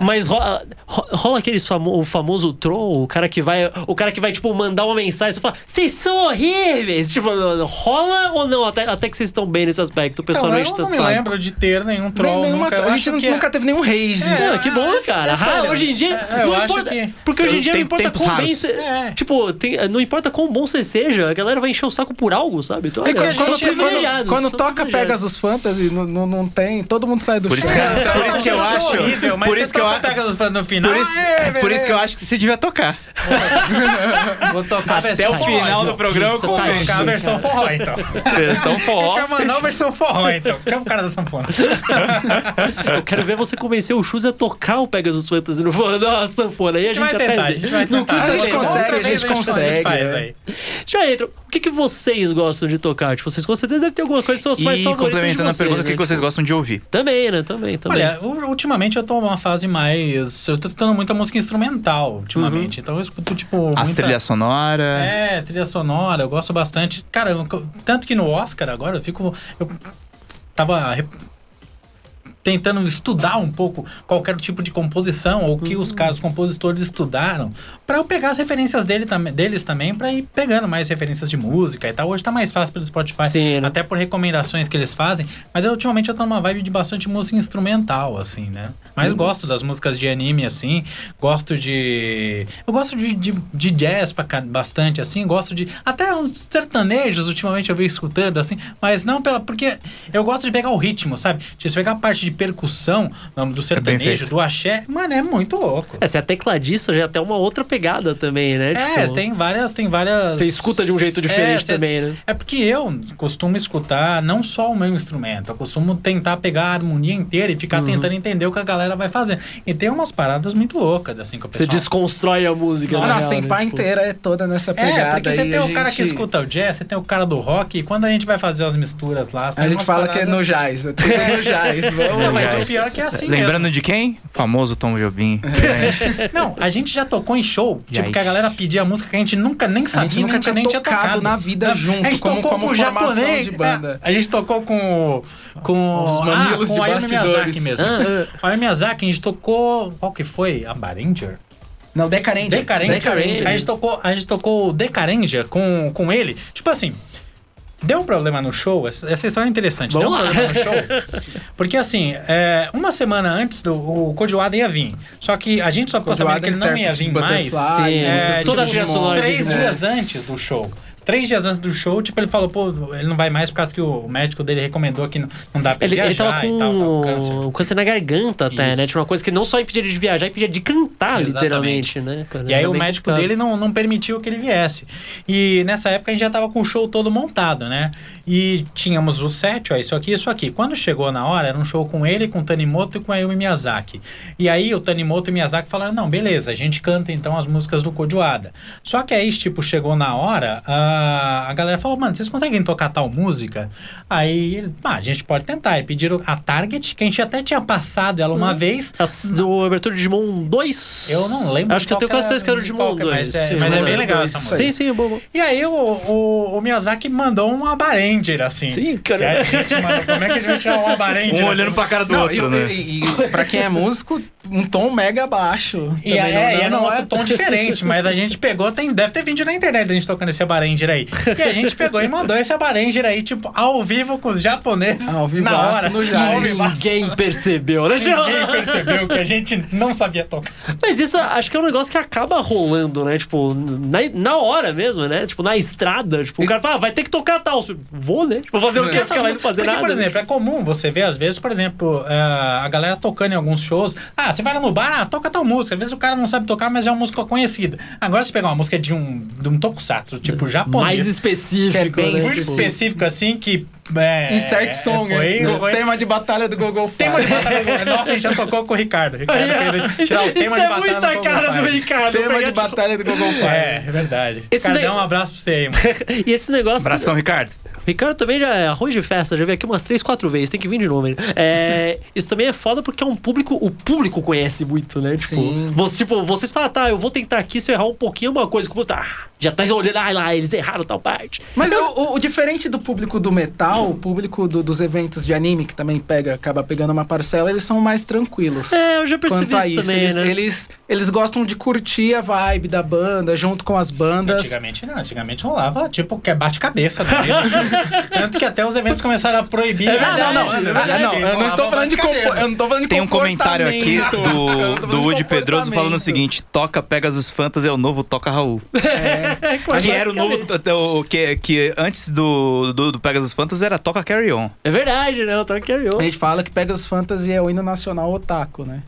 S2: Mas rola, ro- rola aquele famo- o famoso troll, o cara que vai, o cara que vai tipo mandar uma mensagem, você fala: "Vocês são horríveis". Tipo, rola ou não? Até, até que vocês estão bem nesse aspecto, pessoalmente
S3: Então, eu não
S2: tanto
S3: me
S2: sabe.
S3: lembro de ter nenhum troll.
S4: Nem- nenhuma-
S3: nunca, eu
S4: a
S3: acho
S4: gente nu-
S3: que-
S4: nunca teve nenhum rage.
S3: É,
S2: Pô, que bom,
S3: ah,
S2: cara.
S3: é sério.
S2: Ah, hoje em dia.
S3: É, eu
S2: não
S3: acho
S2: importa,
S3: que-
S2: Porque hoje em dia não
S1: Tem-
S2: importa
S1: tempos
S2: quão bem
S1: raros.
S2: você.
S3: É.
S2: Tipo, tem- não importa quão bom você seja, a galera vai encher o saco por algo, sabe?
S3: É
S2: Então,
S4: E
S2: olha,
S4: quando,
S2: são
S4: quando- quando-
S2: privilegiados,
S4: quando
S2: são
S4: toca
S2: privilegiados.
S4: Pegasus Fantasy, não, não, não tem, todo mundo sai do
S1: Por isso
S4: chão. Então,
S1: que, é por isso que eu
S3: Não,
S1: acho.
S3: horrível, mas
S1: por
S3: você
S1: isso que eu
S3: toca
S1: acho.
S3: Pegasus pra- no final.
S1: Por isso,
S3: é,
S1: por isso que eu
S3: beleza.
S1: acho que você devia tocar.
S3: Vou tocar a
S1: Até
S3: versão
S1: o final
S3: forró.
S1: do programa
S2: Isso,
S1: com
S2: tá
S3: Vou tocar a
S2: Sim,
S3: versão forró, então.
S1: São forró.
S3: Quer mandar a versão forró, então. Chama o cara da sanfona.
S2: Eu quero ver você convencer o Shoes a tocar o Pegasus Fantasy no voo da sanfona. Aí a gente
S3: vai
S2: até
S3: tentar, a
S2: vê.
S3: gente vai
S2: Não
S3: tentar.
S2: custa
S4: A gente
S2: tentar.
S4: consegue,
S3: Outra
S4: a
S3: vez
S4: gente consegue,
S3: faz
S4: é.
S3: aí.
S2: Já entra. O que, que vocês gostam de tocar? Tipo, vocês com certeza devem ter alguma coisa que são as mais
S1: E
S2: favoritas de
S1: complementando a
S2: vocês,
S1: pergunta, o que
S2: né?
S1: que vocês gostam de ouvir?
S2: Também, né? Também, também.
S3: Olha, u- ultimamente eu tô numa fase mais. Eu tô escutando muita música instrumental
S2: Uhum.
S3: ultimamente. Então eu escuto, tipo.
S1: As
S3: muita-
S1: trilhas sonoras.
S2: né?
S3: É, trilha sonora, eu gosto bastante. Cara, eu- tanto que no Oscar agora eu fico. Eu tava re- tentando estudar um pouco qualquer tipo de composição ou o que
S2: Uhum.
S3: os caras compositores estudaram pra eu pegar as referências dele tam- deles também pra ir pegando mais referências de música e tal hoje tá mais fácil pelo Spotify
S2: Sim, né?
S3: até por recomendações que eles fazem mas eu, ultimamente eu tô numa vibe de bastante música instrumental assim né mas eu
S2: Uhum.
S3: gosto das músicas de anime assim gosto de eu gosto de, de, de jazz pra ca- bastante assim gosto de até uns sertanejos ultimamente eu venho escutando assim mas não pela porque eu gosto de pegar o ritmo sabe se você pegar a parte de percussão não, do sertanejo
S1: feito.
S3: do axé mano é muito louco
S2: É, você é tecladista, já é até uma outra pegada também, né?
S3: é,
S2: Tipo,
S3: tem várias, tem várias.
S2: Você escuta de um jeito
S3: É,
S2: diferente
S3: cê-
S2: também, né?
S3: É porque eu costumo escutar não só o meu instrumento, eu costumo tentar pegar a harmonia inteira e
S4: Uhum.
S3: ficar tentando entender o que a galera vai fazer. E tem umas paradas muito loucas, assim, que o
S2: Você
S3: pessoal.
S2: desconstrói a música.
S4: Não,
S2: na
S4: a
S2: real, né?
S4: Senpai
S2: Tipo,
S4: inteira é toda nessa pegada.
S3: É, porque você
S4: aí,
S3: tem
S4: a
S3: o cara que
S4: gente-
S3: escuta o jazz, você tem o cara do rock, e quando a gente vai fazer as misturas lá, assim.
S4: A gente fala que é no
S3: jazz.
S4: jazz, é tudo no jazz. Vamos
S3: Não, mas
S1: já.
S3: o pior é que é assim
S1: Lembrando de quem? O famoso Tom Jobim.
S2: É,
S1: Né?
S3: Não, a gente já tocou em show, tipo,
S1: aí?
S3: que a galera pedia música que a gente nunca nem sabia,
S4: A gente nunca tinha
S3: nem tinha
S4: tocado
S3: tocado
S4: na vida junto,
S3: A gente
S4: como-
S3: tocou
S4: como
S3: com o
S4: formação
S3: japonês.
S4: de banda.
S3: é, a gente tocou com o- com
S4: Os mamilos
S3: ah, com
S4: de
S3: o Hayao Miyazaki
S4: bastidores.
S3: mesmo.
S2: Ah,
S3: O Hayao Miyazaki, a gente tocou, qual que foi? A Baringer?
S4: Não, Decaranger.
S3: Decaranger.
S2: Decaranger.
S3: A gente tocou, a gente tocou o Decaranger com, com ele. Tipo assim, deu um problema no show. Essa, essa história é interessante.
S2: Vamos
S3: deu um
S2: lá.
S3: problema no show. Porque assim, é, uma semana antes, do, o Kodiwada ia vir. Só que a gente só ficou sabendo que ele não ia vir
S4: tipo,
S3: mais.
S2: Sim,
S3: é,
S2: toda a trilha sonora né?
S3: Três
S2: original.
S3: dias antes do show. Três dias antes do show, tipo, ele falou, pô, ele não vai mais por causa que o médico dele recomendou que não, não dá pra
S2: Ele, ele
S3: viajar
S2: tava com
S3: e tal, tava com câncer.
S2: o câncer na garganta até,
S3: Isso.
S2: né? Tinha uma coisa que não só impedia ele de viajar, impedia de cantar,
S3: Exatamente.
S2: literalmente, né? cara?
S3: E aí
S2: Era
S3: o
S2: bem
S3: médico
S2: complicado.
S3: dele não, não permitiu que ele viesse. E nessa época a gente já tava com o show todo montado, né? E tínhamos o set, ó, isso aqui, isso aqui. Quando chegou na hora, era um show com ele, com o Tanimoto e com a Yumi Miyazaki. E aí o Tanimoto e o Miyazaki falaram, não, beleza, a gente canta então as músicas do Kojoada. Só que aí, tipo, chegou na hora, a, a galera falou, mano, vocês conseguem tocar tal música? Aí, ele, ah, a gente pode tentar. E pediram a Target, que a gente até tinha passado ela
S2: Hum.
S3: uma vez,
S2: As- do Abertura de Digimon 2.
S3: Eu não lembro
S2: Acho que eu
S3: qual
S2: tenho
S3: que era-
S2: quase certeza que era o Digimon
S3: qual que
S2: 2.
S3: era, mas é-
S2: sim.
S3: mas é bem legal essa música.
S2: Sim, sim, é bom.
S3: E aí o, o, o Miyazaki mandou um Abaranger, assim.
S2: Sim, né?
S3: Que aí a
S2: cara.
S3: gente manda, como é que a gente vai tirar um Abaranger?
S1: Um
S3: assim?
S1: olhando pra cara do
S4: Não,
S1: outro,
S4: e,
S1: né?
S4: e- e pra quem é músico, um tom mega baixo.
S3: E
S4: Também
S3: é,
S4: não-
S3: e é
S4: não
S3: num
S4: é-
S3: outro tom diferente, mas a gente pegou, tem, deve ter vídeo na internet da gente tocando esse Abaranger aí. E a gente pegou e mandou esse Abaranger aí, tipo, ao vivo com os japoneses,
S4: Ao
S3: na
S4: vivaço
S3: hora.
S4: no jazz.
S3: Ao vivaço.
S2: Ninguém percebeu, né?
S3: Ninguém percebeu que a gente não sabia tocar.
S2: Mas isso acho que é um negócio que acaba rolando, né? Tipo, na, na hora mesmo, né? Tipo, na estrada. Tipo, o cara fala, ah, vai ter que tocar tal. Você, Vou, né? Tipo, fazer o quê?
S3: Porque
S2: Os caras vão
S3: essas
S2: fazer
S3: músicas- porque,
S2: nada.
S3: por exemplo, é comum você ver, às vezes, por exemplo, é, a galera tocando em alguns shows. Ah, você vai lá no bar, ah, toca tal música. Às vezes o cara não sabe tocar, mas é uma música conhecida. Agora, se pegar uma música de um, de um tokusatsu, tipo
S2: mais
S3: japonês,
S2: específico,
S4: Que é bem
S2: né?
S3: muito
S2: Tipo,
S3: específico assim, que. É,
S4: Insert song.
S2: né?
S3: Foi,
S4: no
S3: foi,
S4: Tema de batalha do Google Fire.
S3: tema de batalha. Nossa, a gente já tocou com o Ricardo. O Ricardo queria tirar o
S2: Tipo, é. Isso
S3: tema de
S2: é
S3: batalha no
S2: muita
S3: Google
S2: cara do
S3: Fire.
S2: Ricardo.
S4: Tema
S2: pegar,
S4: de
S2: tipo-
S4: batalha do Google Fire.
S3: É, é verdade.
S2: Esse
S3: Ricardo,
S2: daí-
S3: um abraço pra você aí, mano.
S2: E esse negócio.
S1: Abração, Ricardo.
S2: Ricardo também já é arroz de festa, já veio aqui umas três, quatro vezes, tem que vir de novo. Ele. É, isso também é foda porque é um público, o público conhece muito, né? Tipo,
S4: Sim.
S2: Você, tipo, vocês falam, tá, eu vou tentar aqui, se eu errar um pouquinho, uma coisa, como tá, já tá olhando, ah lá, eles erraram tal parte.
S4: Mas o, o- o diferente do público do metal, o público do- dos eventos de anime, que também pega, acaba pegando uma parcela, eles são mais tranquilos.
S2: É, eu já percebi
S4: Quanto a
S2: isso,
S4: isso,
S2: também,
S4: eles,
S2: né?
S4: eles, eles gostam de curtir a vibe da banda, junto com as bandas.
S3: Antigamente não, antigamente rolava tipo que é bate-cabeça. né? Tanto que até os eventos começaram a né? proibir.
S4: Ah, não, não. Ah, não, eu não estou falando de compo- eu não estou falando de
S1: Tem um comentário aqui
S4: comportamento.
S1: do,
S4: Eu não tô
S1: do
S4: falando
S2: um
S4: de
S1: Woody Pedroso falando o
S4: comportamento.
S1: seguinte: toca Pegasus Fantas é o novo Toca Raul.
S2: É,
S1: que era o novo. o- o- Que, que antes do, do, do Pegasus Fantas era Toca Carry On.
S2: É verdade, né? Eu tô aqui, eu.
S4: A gente fala que pega os fantasy é o hino nacional otaku, né?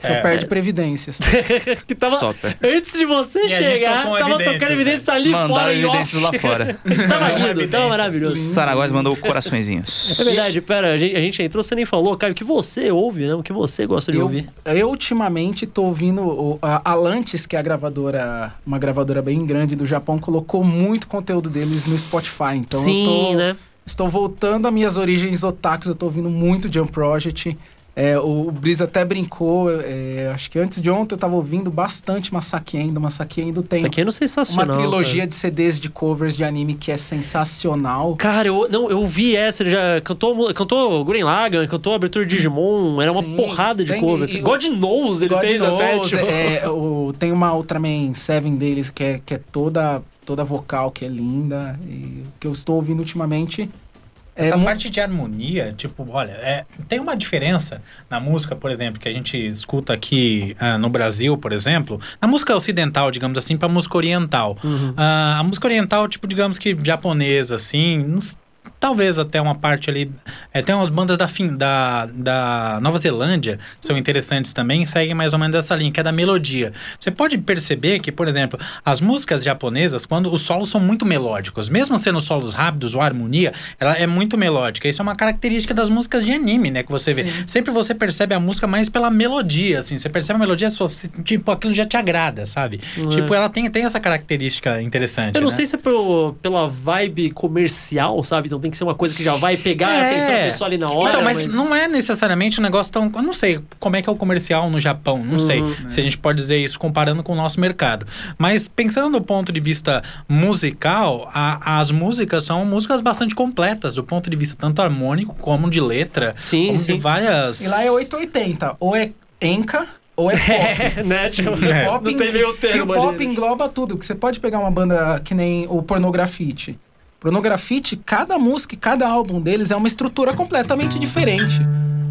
S4: Só
S3: É.
S4: perde previdências.
S2: que tava.
S1: Só, pera.
S2: Antes de você
S3: E a gente
S2: chegar,
S3: tocou
S2: tava
S3: evidências,
S2: tocando
S3: né?
S2: evidências ali
S1: Mandaram
S2: fora em off.
S1: evidências lá fora.
S2: Tava lindo, tava
S3: evidências.
S2: maravilhoso.
S1: Saragóis mandou
S2: É
S1: coraçõezinhos.
S2: verdade, pera, a gente, a gente entrou, você nem falou, Caio, o que você ouve, né? O que você gosta de
S4: Eu,
S2: ouvir.
S4: eu ultimamente tô ouvindo o- a Alantes, que é a gravadora, uma gravadora bem grande do Japão, colocou muito conteúdo deles no Spotify. Então
S2: Sim,
S4: eu tô,
S2: né?
S4: estou voltando às minhas origens otakus, eu tô ouvindo muito Jump Project. É, o, o Brisa até brincou, é, acho que antes de ontem eu tava ouvindo bastante Masaki Endo, Masaki Endo tem
S2: Isso aqui é no
S4: uma
S2: sensacional.
S4: trilogia de CDs de covers de anime que é sensacional.
S2: Cara, Cara, eu, não, eu vi essa, ele já cantou, mu- cantou Gurren Lagann, cantou Abertura de Digimon, era uma
S4: Sim,
S2: porrada de
S4: tem-
S2: cover.
S4: e o-
S2: God Knows ele
S4: God
S2: fez até,
S4: knows,
S2: tipo...
S4: é, o- tem uma Ultraman 7 deles que é, que é toda, toda vocal, que é linda. E o que eu estou ouvindo ultimamente é
S3: Essa
S4: mu-
S3: parte de harmonia, tipo, olha, é, tem uma diferença na música, por exemplo, que a gente escuta aqui ah, no Brasil, por exemplo, na música ocidental, digamos assim, pra música oriental.
S4: Uhum.
S3: Ah, a música oriental, tipo, digamos que japonesa, assim, não s- talvez até uma parte ali. É, tem umas bandas da, fin, da, da Nova Zelândia que são interessantes também, seguem mais ou menos essa linha, que é da melodia. Você pode perceber que, por exemplo, as músicas japonesas, quando os solos são muito melódicos, mesmo sendo solos rápidos ou harmonia, ela é muito melódica. Isso é uma característica das músicas de anime, né? Que você vê. Sempre você percebe a música mais pela melodia, assim. Você percebe a melodia, só se- tipo, aquilo já te agrada, sabe? Tipo, ela tem, tem essa característica interessante.
S2: é? Eu não
S3: né?
S2: sei se é pro- pela vibe comercial, sabe? Então tem tem que ser uma coisa que já vai pegar a atenção da pessoa ali na hora.
S3: Então, mas, não é necessariamente um negócio tão. Eu não sei como é que é o comercial no Japão,
S2: Uhum.
S3: não sei
S2: É.
S3: se a gente pode dizer isso comparando com o nosso mercado. Mas pensando do ponto de vista musical, a- as músicas são músicas bastante completas, do ponto de vista tanto harmônico como de letra.
S2: Sim,
S3: como
S2: sim.
S3: De várias.
S4: E lá é 880. Ou é Enca, ou é pop.
S2: É, né? Tipo,
S4: O pop
S2: Não tem meio
S4: e o
S2: termo
S4: pop
S2: ali.
S4: engloba tudo, porque você pode pegar uma banda que nem o Pornografite. Pornografite, cada música e cada álbum deles é uma estrutura completamente diferente.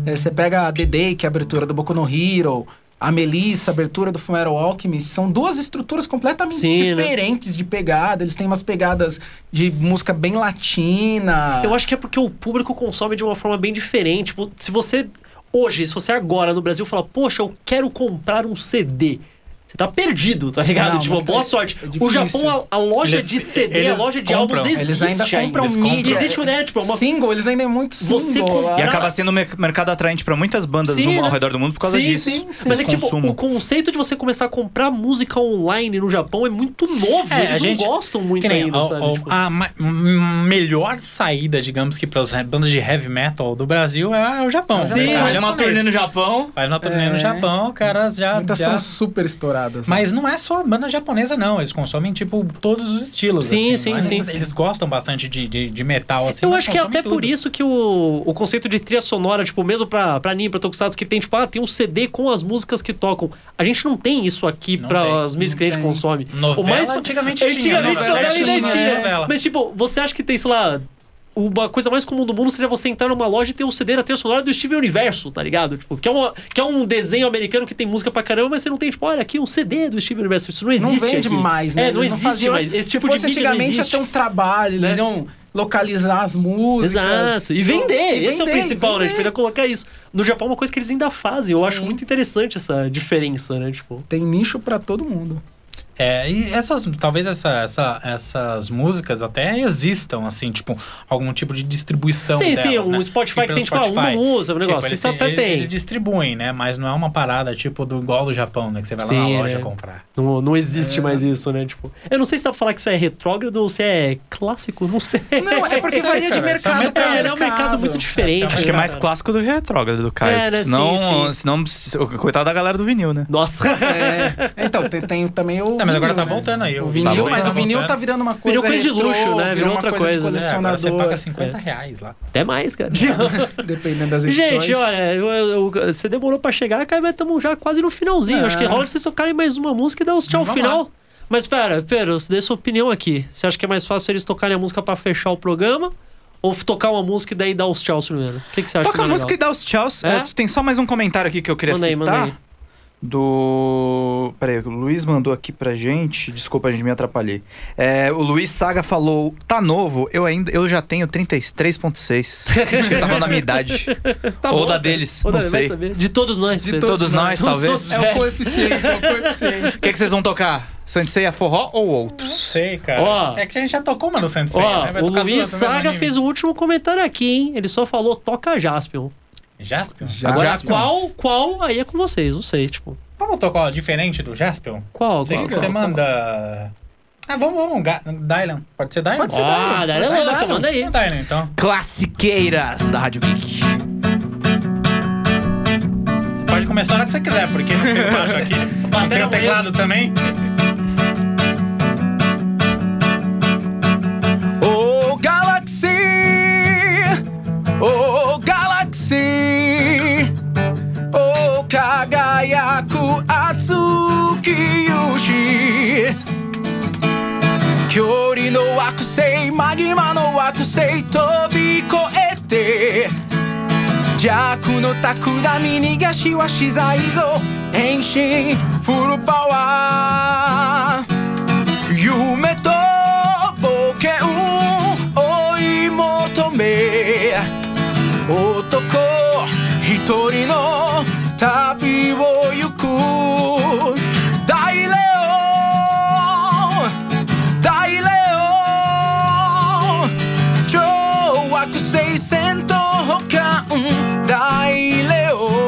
S4: É, você pega a Dedei, que é a abertura do Boku no Hero, a Melissa, a abertura do Fumero Alchemist, são duas estruturas completamente
S2: Sim, né?
S4: diferentes de pegada. Eles têm umas pegadas de música bem latina.
S2: Eu acho que é porque o público consome de uma forma bem diferente. Tipo, se você. Hoje, se você agora no Brasil fala, poxa, eu quero comprar um CD. Você tá perdido, tá ligado?
S4: Não,
S2: tipo,
S4: não
S2: boa
S4: tem-
S2: sorte.
S4: é
S2: o
S4: difícil.
S2: Japão, a, a loja
S3: Eles-
S2: de CD, a
S3: eles
S2: loja de
S3: compram.
S2: álbuns existe.
S4: eles ainda compram um
S3: eles compram.
S4: mídia.
S2: Existe, né? Tipo, uma-
S4: Single, eles vendem muito single.
S2: Você
S4: lá.
S1: E
S2: Cara-
S1: acaba sendo um mer- mercado atraente pra muitas bandas
S2: Sim,
S1: no-
S2: né?
S1: ao redor do mundo por causa
S2: sim,
S1: disso.
S2: Sim, sim. Mas é
S1: Esse
S2: que, tipo,
S1: consumo.
S2: o conceito de você começar a comprar música online no Japão é muito novo.
S3: É,
S2: Eles
S3: a gente-
S2: não gostam muito
S3: Que nem
S2: ainda,
S3: o-
S2: sabe?
S3: o-
S2: Tipo,
S3: a ma- m- melhor saída, digamos que, para as bandas de heavy metal do Brasil é o Japão.
S2: Sim,
S3: Vai
S1: Olha uma turnê no Japão.
S3: Vai na turnê no
S4: É.
S3: Japão, o cara já.
S4: Muitas
S3: já...
S4: são super estouradas. né?
S3: Mas não é só banda japonesa, não. Eles consomem, tipo, todos os estilos.
S2: Sim,
S3: assim,
S2: sim,
S3: mas
S2: sim.
S3: Eles gostam bastante de, de, de metal, assim.
S2: eu
S3: mas
S2: acho que é
S3: consomem
S2: até por
S3: tudo.
S2: isso que o, o conceito de trilha sonora, tipo, mesmo pra, pra anime, pra Tokusatsu, que tem, tipo, ah, tem um CD com as músicas que tocam. A gente não tem isso aqui
S3: Não tem,
S2: pra as músicas que a gente
S4: tem.
S2: consome.
S3: Novela,
S2: o mais
S3: antigamente tinha.
S2: Antigamente
S3: novela
S2: novela ainda
S3: tinha,
S2: tinha.
S3: novela.
S2: Mas, tipo, você acha que tem, sei lá. Uma coisa mais comum do mundo seria você entrar numa loja e ter um CD da trilha sonora do Steven Universo, tá ligado? Tipo, que é, uma, que é um desenho americano que tem música pra caramba, mas você não tem, tipo, olha, aqui um CD do Steven Universo. Isso não existe.
S4: não vende
S2: aqui.
S4: mais, né?
S2: É, não
S4: Eles
S2: existe
S4: faziam-
S2: mais. Esse tipo
S4: se fosse
S2: de mídia não
S4: antigamente, ia
S2: existe. Né?
S4: ter um trabalho, eles iam localizar as músicas.
S2: Exato. E vender. Esse é o
S4: vender,
S2: principal, né? A gente
S4: vender.
S2: precisa colocar isso. No Japão é uma coisa que eles ainda fazem. Eu acho
S4: Sim.
S2: muito interessante essa diferença, né? Tipo.
S4: Tem nicho pra todo mundo.
S3: É, e essas, talvez essa, essa- essas músicas até existam, assim, tipo, algum tipo de distribuição.
S2: sim,
S3: delas,
S2: sim,
S3: né?
S2: o Spotify que
S3: pelo
S2: tem, tipo, ah, uma música, um
S3: Tipo,
S2: negócio.
S3: eles,
S2: isso até
S3: eles-
S2: tem.
S3: eles distribuem, né? Mas não é uma parada tipo do igual do Japão, né? Que você vai lá
S2: Sim,
S3: na loja
S2: né?
S3: comprar.
S2: Não, não
S3: É.
S2: existe mais isso, né? Tipo, eu não sei se dá pra falar que isso é retrógrado ou se é clássico, não sei.
S4: Não, é porque varia de
S3: cara, isso é um
S4: mercado pra
S2: É, é um mercado muito diferente.
S1: Acho que é mais clássico do que retrógrado do Caio.
S2: É, né? Sim,
S1: senão,
S2: sim.
S1: senão, se- coitado da galera do vinil, né?
S2: Nossa.
S4: É. Então, tem, tem também o.
S3: Tá, mas agora tá
S4: vinil, né?
S3: voltando aí,
S4: O
S3: o-
S4: vinil,
S1: tá
S4: mas o
S3: voltando.
S4: vinil tá virando uma coisa.
S2: Virou coisa de
S4: retrô,
S2: luxo, né? Virou
S4: Virou uma
S2: outra
S4: coisa de
S2: coisa, né?
S3: É, agora você
S4: colecionador.
S3: paga
S4: é.
S3: 50 reais lá.
S2: Até mais, cara.
S4: Dependendo das edições.
S2: Gente, olha, eu- eu- eu- você demorou pra chegar, cara, mas estamos já quase no finalzinho.
S4: É.
S2: Acho que rola vocês tocarem mais uma música e dar os tchau
S3: Vamos
S2: final. Mas pera, Pedro, dê sua opinião aqui. Você acha que é mais fácil eles tocarem a música pra fechar o programa? Ou f- tocar uma música e daí dar os tchauz primeiro? O que, que você acha
S1: Toca
S2: que
S1: a
S2: é mais
S1: música e
S2: legal?
S1: dá os tchauz.
S2: É?
S1: Eh, Tem só mais um comentário aqui que eu queria
S2: Manda aí, manda
S1: citar.
S2: aí.
S1: Do. Peraí, o Luiz mandou aqui pra gente. Desculpa, a gente me atrapalhei. É, o Luiz Saga falou: tá novo, eu ainda eu já tenho 33,6. Acho que ele tá falando da minha idade.
S2: Tá
S1: Ou
S2: bom,
S1: da
S2: cara.
S1: deles,
S2: Ou
S1: não
S2: da- vai
S1: sei.
S2: saber. De todos nós,
S4: De
S2: Pedro.
S1: todos nós,
S2: Somos
S1: talvez.
S2: todos
S4: É o
S2: velhos.
S4: coeficiente, é o coeficiente.
S1: O que, que vocês vão tocar? Sanseia forró ou outros?
S3: sei, cara.
S2: Ó.
S3: é que a gente já tocou uma no Santo
S2: Ó,
S3: né? Vai
S2: o
S3: tocar
S2: Luiz
S3: duas no mesmo
S2: Saga
S3: anime.
S2: fez o último comentário aqui, hein? Ele só falou toca Jaspion.
S3: Jaspion?
S4: Já.
S2: Agora,
S1: Jaspion.
S2: qual, qual, aí é com vocês, não sei, tipo.
S3: Vamos tocar o diferente do Jaspion?
S2: Qual?
S3: Sei
S2: qual,
S3: que
S2: qual?
S3: você manda. Ah, vamos, vamos. Ga- Dylan. Pode ser Dylan?
S4: Pode ser
S2: Ah,
S4: Dylan,
S2: daí é
S4: pode ser
S2: louco,
S4: Dylan.
S2: manda aí.
S3: Vamos Dylan, então.
S1: Classiqueiras da Rádio Geek.
S3: Você pode começar na hora que você quiser, porque não tem o baixo aqui. não tem
S2: Batera
S3: o teclado também.
S4: Oh Galaxy, oh Galaxy, oh Kagayaku Atsuki Yushi. 距離の惑星マギマの惑星飛び越えて邪悪の企み逃がしはしないぞ変身フルパワー夢と冒険を追い求め男一人の旅を行く大レオ大レオ超惑星戦闘保管大レオ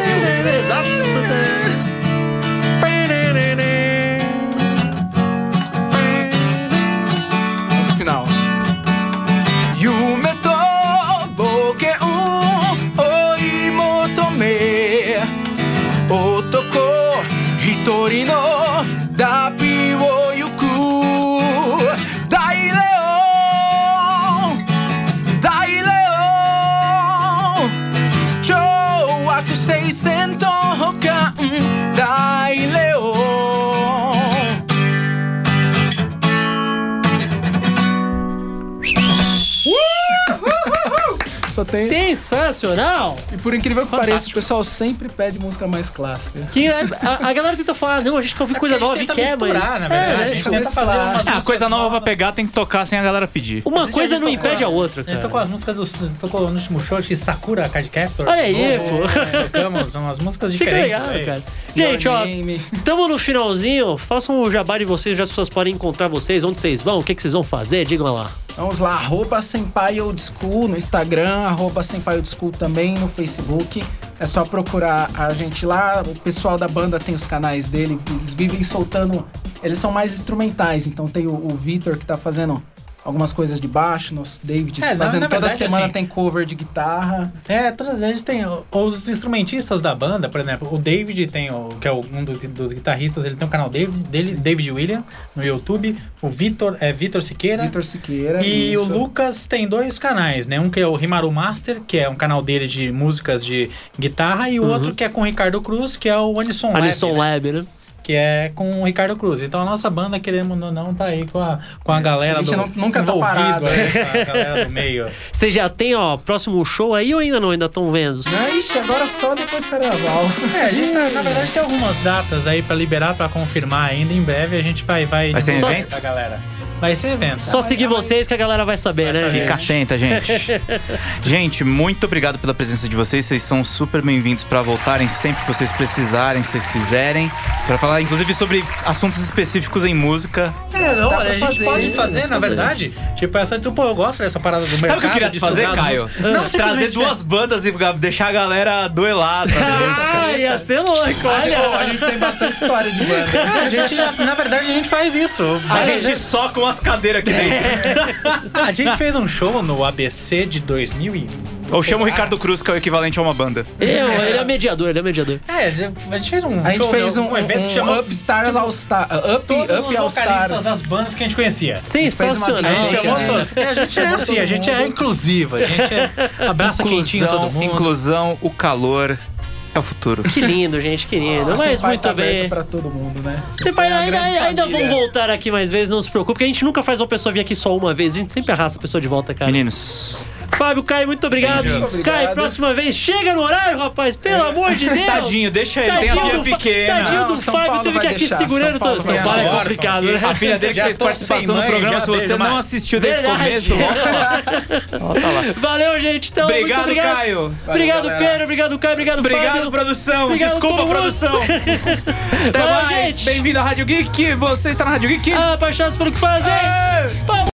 S3: é
S4: Só tem.
S2: Sensacional!
S4: E por incrível que
S2: Fantástico.
S4: pareça, o pessoal sempre pede música mais clássica.
S2: Que a, a- a galera tenta falar, não, a gente quer ouvir coisa
S3: É a gente
S2: nova e
S3: tenta
S2: quer,
S3: misturar,
S2: mas...
S3: na verdade.
S2: é, né?
S3: a gente
S4: deixa eu
S3: tenta fazer
S4: mesclar.
S3: umas
S1: Ah,
S3: músicas
S1: coisa nova pra
S3: novas.
S1: pegar tem que tocar sem a galera pedir.
S2: Uma
S3: Mas a
S2: coisa
S3: gente
S2: não
S3: tocou-
S2: impede a outra,
S3: A gente
S2: cara.
S3: tocou as músicas do. Tocou no último show, acho que Sakura Card Captor.
S2: É. Olha aí,
S3: Novo,
S2: pô.
S3: né? Tocamos umas músicas
S2: Fica
S3: diferentes. né?
S2: legal,
S3: aí.
S2: cara. Gente,
S4: Your
S2: ó,
S4: Name.
S2: Tamo no finalzinho, façam o jabá de vocês, já as pessoas podem encontrar vocês, onde vocês vão, o que, que vocês vão fazer, digam lá.
S4: Vamos lá, arroba Senpai Old School no Instagram, arroba Senpai Old School também no Facebook. É só procurar a gente lá. O pessoal da banda tem os canais dele, eles vivem soltando. Eles são mais instrumentais, então tem o, o Vitor que tá fazendo algumas coisas de baixo, nosso David
S3: É, na-
S4: fazendo.
S3: na
S4: toda
S3: verdade,
S4: semana
S3: assim-
S4: tem cover de guitarra.
S3: É, todas eles têm. Os instrumentistas da banda, por exemplo, o David tem, o, que é o- um do- dos guitarristas, ele tem o canal David, dele, David William, no YouTube. O Vitor é Vitor Siqueira.
S4: Vitor Siqueira. é
S3: E
S4: isso.
S3: o Lucas tem dois canais, né? Um que é o Rimaru Master, que é um canal dele de músicas de guitarra,
S4: Uhum.
S3: e o outro que é com o Ricardo Cruz, que é o Anison Lab,
S2: Alisson
S3: né?
S2: Lab, né?
S3: que é com o Ricardo Cruz. Então a nossa banda, queremos ou não, tá aí com a, com a galera
S4: A gente
S3: do
S4: não- nunca tá
S3: envolvido,
S4: parado,
S3: né? Com a galera do meio.
S2: Vocês já tem, ó, próximo show aí ou ainda não? Ainda estão vendo?
S4: Ah, Ixi, agora só depois do carnaval.
S3: É, a gente tá, na verdade tem algumas datas aí pra liberar, pra confirmar ainda. Em breve a gente vai vai,
S1: Vai ser
S3: divulgar
S2: evento?
S3: pra galera. Vai ser evento.
S2: Só seguir vocês que a galera vai saber, né?
S1: Fica
S2: gente?
S1: atenta, gente. gente, muito obrigado pela presença de vocês. Vocês são super bem-vindos pra voltarem sempre que vocês precisarem, se vocês quiserem. Pra falar, inclusive, sobre assuntos específicos em música.
S3: É, não,
S4: pra
S3: a gente
S4: fazer,
S3: pode
S4: dá
S3: fazer, na verdade. Tipo, essa, pô, eu gosto dessa parada do mercado.
S1: Sabe o que eu
S3: de
S1: queria fazer,
S3: estudar as
S1: Caio?
S3: músicas. Não,
S1: Trazer
S3: simplesmente, né?
S1: duas bandas e deixar a galera duelada.
S2: Ah, ia ser louco,
S4: Pô, a
S2: olha.
S4: gente tem bastante história de banda.
S3: né? A gente, na, na verdade, a gente faz isso.
S1: A gente só com as cadeiras aqui dentro.
S3: A gente fez um show no ABC de 2000 e...
S1: Ou chama o Ricardo Cruz, que é o equivalente a uma banda.
S2: Eu, ele é mediador, ele é mediador.
S3: É, a gente fez um
S4: A gente
S3: show,
S4: fez um,
S3: evento que
S4: um
S3: chamou
S4: Up Stars All Star, uh, Up,
S3: todos
S4: Up
S3: os
S4: All
S3: vocalistas
S4: Stars. É,
S3: das bandas que a gente conhecia.
S2: Sensacional.
S3: A gente
S4: Não,
S3: chamou
S4: entendi.
S3: todos. Porque A gente é assim, a gente é inclusiva. A gente é abraça quentinho todo mundo.
S1: inclusão, o calor é o futuro.
S2: Que lindo, gente, que lindo.
S4: Nossa,
S2: Mas
S4: pai tá
S2: muito bem.
S4: aberto pra todo mundo, né?
S2: Você vai-
S4: É uma
S2: ainda,
S4: grande
S2: ainda vão
S4: família.
S2: voltar aqui mais vezes, não se preocupe, porque a gente nunca faz uma pessoa vir aqui só uma vez, a gente sempre arrasta a pessoa de volta, cara.
S1: Meninos,
S2: Fábio, Caio, muito obrigado.
S4: Beijinhos.
S2: Caio,
S4: Obrigado. É.
S2: próxima vez, chega no horário, rapaz, pelo amor de Deus.
S1: tadinho, deixa ele, tem a filha
S2: do Fa- Tadinho
S1: pequena.
S2: do
S4: Não, São
S2: Fábio
S4: Paulo
S2: teve que
S4: vai
S2: aqui
S4: deixar,
S2: segurando
S4: São Paulo
S2: todo. São
S4: vai
S2: Paulo é
S3: deixar.
S2: complicado,
S3: Órfão
S2: né?
S3: aqui.
S1: A filha dele que
S3: Já
S1: fez
S3: tô sem
S1: participação no
S3: mãe,
S1: programa,
S3: já
S1: se você não
S3: vejo mais.
S1: assistiu desde o
S2: Verdade.
S1: começo, volta.
S2: Valeu, gente. Então, muito
S1: Obrigado,
S2: obrigado,
S1: Caio.
S2: Obrigado,
S4: Valeu, galera.
S2: Pedro. Obrigado, Caio. Obrigado,
S1: Obrigado,
S2: Fábio.
S1: produção.
S2: Obrigado,
S1: Desculpa,
S2: todos.
S1: produção. Até
S2: Valeu,
S1: mais.
S2: gente. Ah,
S1: Bem-vindo à Rádio Geek. Você está na Rádio Geek.
S2: Apaixonados pelo que fazem.
S1: Ah!
S2: Vamos!